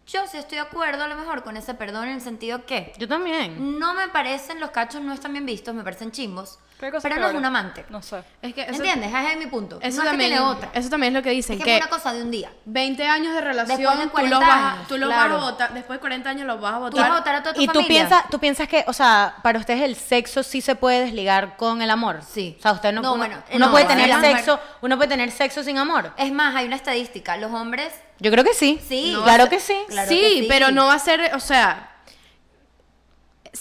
Speaker 1: Yo sí estoy de acuerdo a lo mejor con ese perdón en el sentido que
Speaker 2: Yo también.
Speaker 1: no me parecen, los cachos no están bien vistos, me parecen chimbos.
Speaker 4: ¿Qué
Speaker 1: Pero
Speaker 4: cosa
Speaker 1: no
Speaker 4: peor?
Speaker 1: es un amante.
Speaker 4: No sé.
Speaker 3: Es que eso-
Speaker 1: ¿Entiendes? Ese es mi punto.
Speaker 3: Eso,
Speaker 1: no es que
Speaker 3: también,
Speaker 1: tiene otra.
Speaker 3: eso también es lo que
Speaker 1: es
Speaker 3: dicen.
Speaker 1: que
Speaker 3: que
Speaker 1: fue una cosa de un día.
Speaker 3: 20 años de relación,
Speaker 1: Después de
Speaker 3: tú
Speaker 1: 40
Speaker 3: los, vas,
Speaker 1: años,
Speaker 3: tú los
Speaker 1: claro.
Speaker 3: vas a votar, después de 40 años los vas a
Speaker 1: Tú vas a
Speaker 3: votar.
Speaker 1: votar a toda tu
Speaker 2: Y
Speaker 1: familia.
Speaker 2: tú piensas, tú piensas que, o sea, para ustedes el sexo sí se puede desligar con el amor.
Speaker 1: Sí.
Speaker 2: O sea, usted no,
Speaker 1: No,
Speaker 2: uno,
Speaker 1: bueno,
Speaker 2: uno
Speaker 1: no,
Speaker 2: puede
Speaker 1: bueno,
Speaker 2: tener
Speaker 1: la mujer-
Speaker 2: sexo, uno puede tener sexo sin amor.
Speaker 1: Es más, hay una estadística. Los hombres
Speaker 2: Yo creo que sí.
Speaker 1: Sí. No,
Speaker 2: claro
Speaker 1: o sea,
Speaker 2: que sí.
Speaker 1: claro
Speaker 3: sí,
Speaker 1: que sí.
Speaker 3: pero no va a ser, o sea,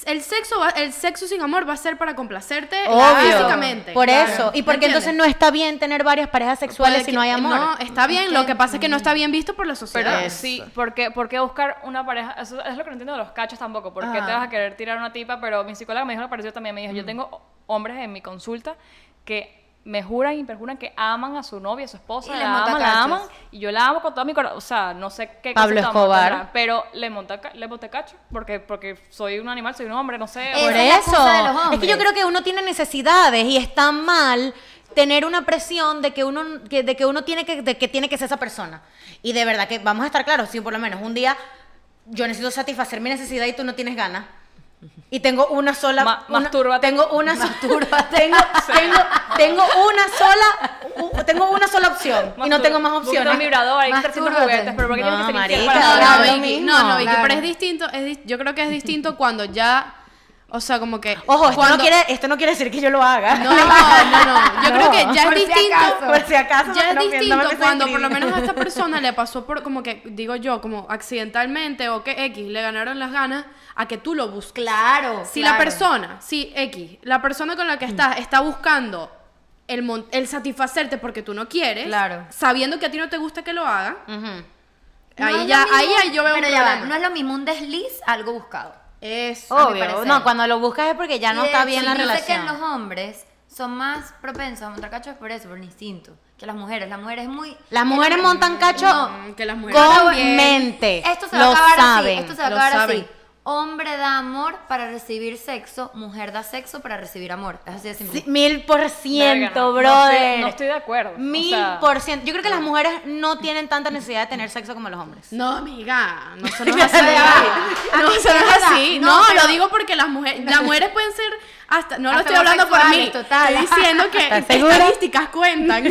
Speaker 3: el sexo, va- el sexo sin amor va a ser para complacerte,
Speaker 2: Obvio.
Speaker 3: básicamente.
Speaker 2: Por
Speaker 3: Claro.
Speaker 2: eso. Y porque
Speaker 3: ¿Entiendes?
Speaker 2: entonces no está bien tener varias parejas
Speaker 3: Puede
Speaker 2: sexuales si
Speaker 3: que-
Speaker 2: no hay amor. Mm.
Speaker 3: No, está bien, lo que pasa es que no está bien visto por la
Speaker 4: Pero
Speaker 3: sociedad.
Speaker 4: sí, porque, porque buscar una pareja, eso es lo que no entiendo de los cachos tampoco, porque
Speaker 1: Ajá.
Speaker 4: te vas a
Speaker 2: Mm.
Speaker 4: querer tirar una tipa, pero mi psicóloga me dijo lo parecido también, me dijo, yo tengo hombres en mi consulta que me juran y perjuran que aman a su novia, a su esposa,
Speaker 1: Y le
Speaker 4: la
Speaker 1: monta
Speaker 4: aman, la aman,
Speaker 1: cachos.
Speaker 4: y yo la amo con todo mi corazón, o sea, no sé qué
Speaker 2: Pablo
Speaker 4: concepto de amor
Speaker 2: Escobar.
Speaker 4: tendrán, pero le monta ca- le monté cacho porque porque soy un animal, soy un hombre, no sé,
Speaker 1: Eh, Esa
Speaker 2: Por
Speaker 1: es la
Speaker 2: eso.
Speaker 1: excusa de los
Speaker 2: Es que yo
Speaker 1: hombres.
Speaker 2: creo que uno tiene necesidades y está mal tener una presión de que uno que- de que uno tiene que de que tiene que ser esa persona. Y de verdad que vamos a estar claros, si por lo menos un día yo necesito satisfacer mi necesidad y tú no tienes ganas. Y tengo una sola
Speaker 4: Ma-
Speaker 2: una-
Speaker 4: mastúrbate.
Speaker 2: Tengo una so- tengo, tengo, tengo una sola u- tengo una sola opción y no
Speaker 4: Mastur-
Speaker 2: tengo más
Speaker 4: búscate
Speaker 2: opciones.
Speaker 4: un vibrador, hay 300
Speaker 1: Mastúrbate.
Speaker 4: juguetes, pero ¿por qué tienes que ser
Speaker 2: No,
Speaker 4: infiel
Speaker 2: marica,
Speaker 4: para
Speaker 3: No,
Speaker 2: Claro,
Speaker 3: no,
Speaker 4: amar?
Speaker 2: lo
Speaker 3: Vicky,
Speaker 2: mismo,
Speaker 3: no, no, Vicky,
Speaker 2: claro.
Speaker 3: pero es distinto, es dis- yo creo que es distinto cuando ya, o sea, como que...
Speaker 2: Ojo, esto
Speaker 3: cuando,
Speaker 2: no quiere esto no quiere decir que yo lo haga.
Speaker 3: No, no, no, yo creo que ya
Speaker 2: Por
Speaker 3: es
Speaker 2: si
Speaker 3: distinto...
Speaker 2: acaso. Por si acaso,
Speaker 3: Ya
Speaker 2: no me-
Speaker 3: es
Speaker 2: no me
Speaker 3: distinto
Speaker 2: empieces a
Speaker 3: cuando por lo
Speaker 2: escribir.
Speaker 3: menos a esta persona le pasó por, como que, digo yo, como accidentalmente o que X, le ganaron las ganas a que tú lo busques.
Speaker 1: Claro.
Speaker 3: Si
Speaker 1: claro.
Speaker 3: la persona, si X, la persona con la que estás está buscando el, mon- el satisfacerte porque tú no quieres,
Speaker 1: Claro.
Speaker 3: sabiendo que a ti no te gusta que lo haga,
Speaker 2: Ujú.
Speaker 1: No es
Speaker 3: ahí,
Speaker 1: lo
Speaker 3: ya, ahí,
Speaker 1: mismo,
Speaker 3: ahí yo veo un
Speaker 1: pero ya va,
Speaker 3: problema.
Speaker 1: no es lo mismo un desliz, algo buscado.
Speaker 3: Eso.
Speaker 1: a mi
Speaker 2: Obvio,
Speaker 1: parecer.
Speaker 2: no, cuando lo buscas es porque ya no
Speaker 1: Y de
Speaker 2: está
Speaker 1: hecho,
Speaker 2: bien la
Speaker 1: yo sé
Speaker 2: relación.
Speaker 1: que los hombres son más propensos a montar cachos por eso, por el instinto, que las mujeres. Las mujeres muy...
Speaker 2: Las mujeres montan cacho
Speaker 3: Mm, que las mujeres
Speaker 2: con
Speaker 3: también.
Speaker 2: mente.
Speaker 1: Esto se va a
Speaker 2: lo
Speaker 1: acabar
Speaker 2: saben.
Speaker 1: así, esto se va a
Speaker 3: lo
Speaker 1: acabar así.
Speaker 3: saben.
Speaker 1: Hombre da amor para recibir sexo, mujer da sexo para recibir amor. Es así de simple.
Speaker 2: Sí, Mil por
Speaker 4: Verga, no,
Speaker 2: ciento,
Speaker 4: no estoy-
Speaker 2: brother.
Speaker 4: no estoy de acuerdo, o
Speaker 2: Mil
Speaker 4: sea-
Speaker 2: por ciento. Yo creo que las mujeres no tienen tanta necesidad de tener sexo como los hombres.
Speaker 3: No, amiga, no eso no es así. no, eso no es así.
Speaker 1: No,
Speaker 3: No,
Speaker 1: pero-
Speaker 3: lo digo porque las mujeres, las mujeres pueden ser hasta, no lo
Speaker 1: Hasta
Speaker 3: estoy hablando por mí,
Speaker 1: homosexuales, total.
Speaker 3: estoy diciendo que
Speaker 2: ¿Estás segura?
Speaker 3: estadísticas cuentan.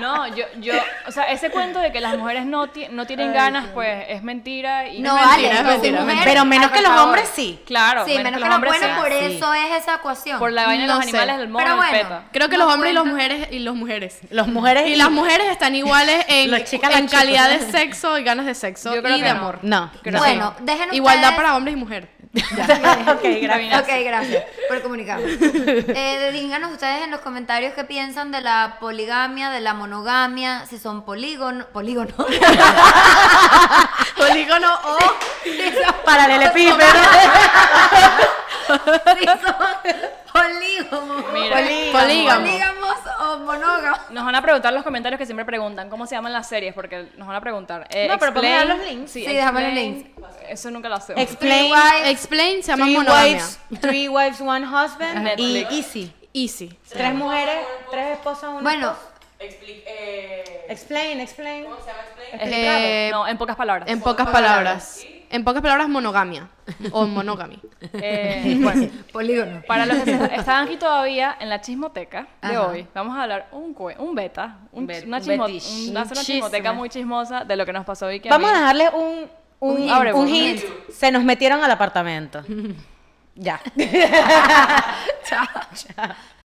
Speaker 4: No, yo, yo, o sea, ese cuento de que las mujeres no, ti- no tienen ganas, pues es mentira. Y
Speaker 1: No
Speaker 4: es
Speaker 1: vale,
Speaker 4: mentira,
Speaker 1: no,
Speaker 4: es
Speaker 1: si
Speaker 4: mentira.
Speaker 1: mujer-
Speaker 2: Pero menos
Speaker 1: Ay,
Speaker 2: que
Speaker 1: por
Speaker 2: los
Speaker 1: favor.
Speaker 2: hombres sí.
Speaker 4: Claro,
Speaker 1: sí, menos que los hombres, por eso es esa ecuación.
Speaker 4: Por la vaina de los
Speaker 3: No sé,
Speaker 4: animales, del mono,
Speaker 1: pero
Speaker 4: del
Speaker 1: bueno.
Speaker 4: peta.
Speaker 3: Creo que
Speaker 1: No
Speaker 3: los hombres y las
Speaker 1: cuentan.
Speaker 3: mujeres y los mujeres.
Speaker 2: Los mujeres
Speaker 3: Y las mujeres están iguales en,
Speaker 2: Las chicas, las
Speaker 3: en calidad
Speaker 2: chicas.
Speaker 3: de sexo y ganas de sexo
Speaker 4: Yo creo
Speaker 3: y
Speaker 4: que
Speaker 3: de
Speaker 4: no.
Speaker 3: amor.
Speaker 2: No.
Speaker 4: Creo
Speaker 2: no.
Speaker 4: que
Speaker 1: Bueno, dejen
Speaker 3: Igualdad
Speaker 1: ustedes-
Speaker 3: para hombres y mujeres.
Speaker 2: ok, gracias.
Speaker 1: Ok, gracias por comunicarnos. Eh, díganos ustedes en los comentarios qué piensan de la poligamia, de la monogamia, si son polígono, polígono.
Speaker 3: Polígono o
Speaker 1: si son,
Speaker 2: Paralelepípedo.
Speaker 1: si son polígono,
Speaker 4: Mira.
Speaker 3: Polígamo.
Speaker 1: polígamos o monógamos.
Speaker 4: Nos van a preguntar en los comentarios que siempre preguntan cómo se llaman las series, porque nos van a preguntar. Eh,
Speaker 2: No, pero ponme
Speaker 4: Explain-
Speaker 2: los links.
Speaker 1: Sí, déjame los
Speaker 4: Explain, Eso nunca lo hacemos.
Speaker 2: Explain.
Speaker 3: explain se llama
Speaker 2: Three
Speaker 3: monogamia.
Speaker 2: wives, three wives, one husband. Y
Speaker 4: Netflix.
Speaker 2: easy.
Speaker 3: Easy.
Speaker 2: Tres mujeres, tres esposas, una
Speaker 1: Bueno,
Speaker 2: esposa.
Speaker 5: Explique, eh,
Speaker 2: Explain, explain.
Speaker 5: ¿Cómo se llama? Explain.
Speaker 4: Explicado.
Speaker 3: Eh,
Speaker 4: no, en pocas palabras.
Speaker 3: En pocas palabras. En pocas palabras, monogamia. O monogamy.
Speaker 4: Eh, bueno,
Speaker 1: polígono.
Speaker 4: para los que se- estaban aquí todavía en la chismoteca de hoy, vamos a hablar un, cue- un beta, un chis- una, chismo- un- va a ser una chismoteca muy chismosa de lo que nos pasó hoy. Que a
Speaker 2: Vamos a
Speaker 4: mí-
Speaker 2: dejarle un, un,
Speaker 4: Un
Speaker 2: un,
Speaker 4: abre boca.
Speaker 2: hint. Se nos metieron al apartamento. ya.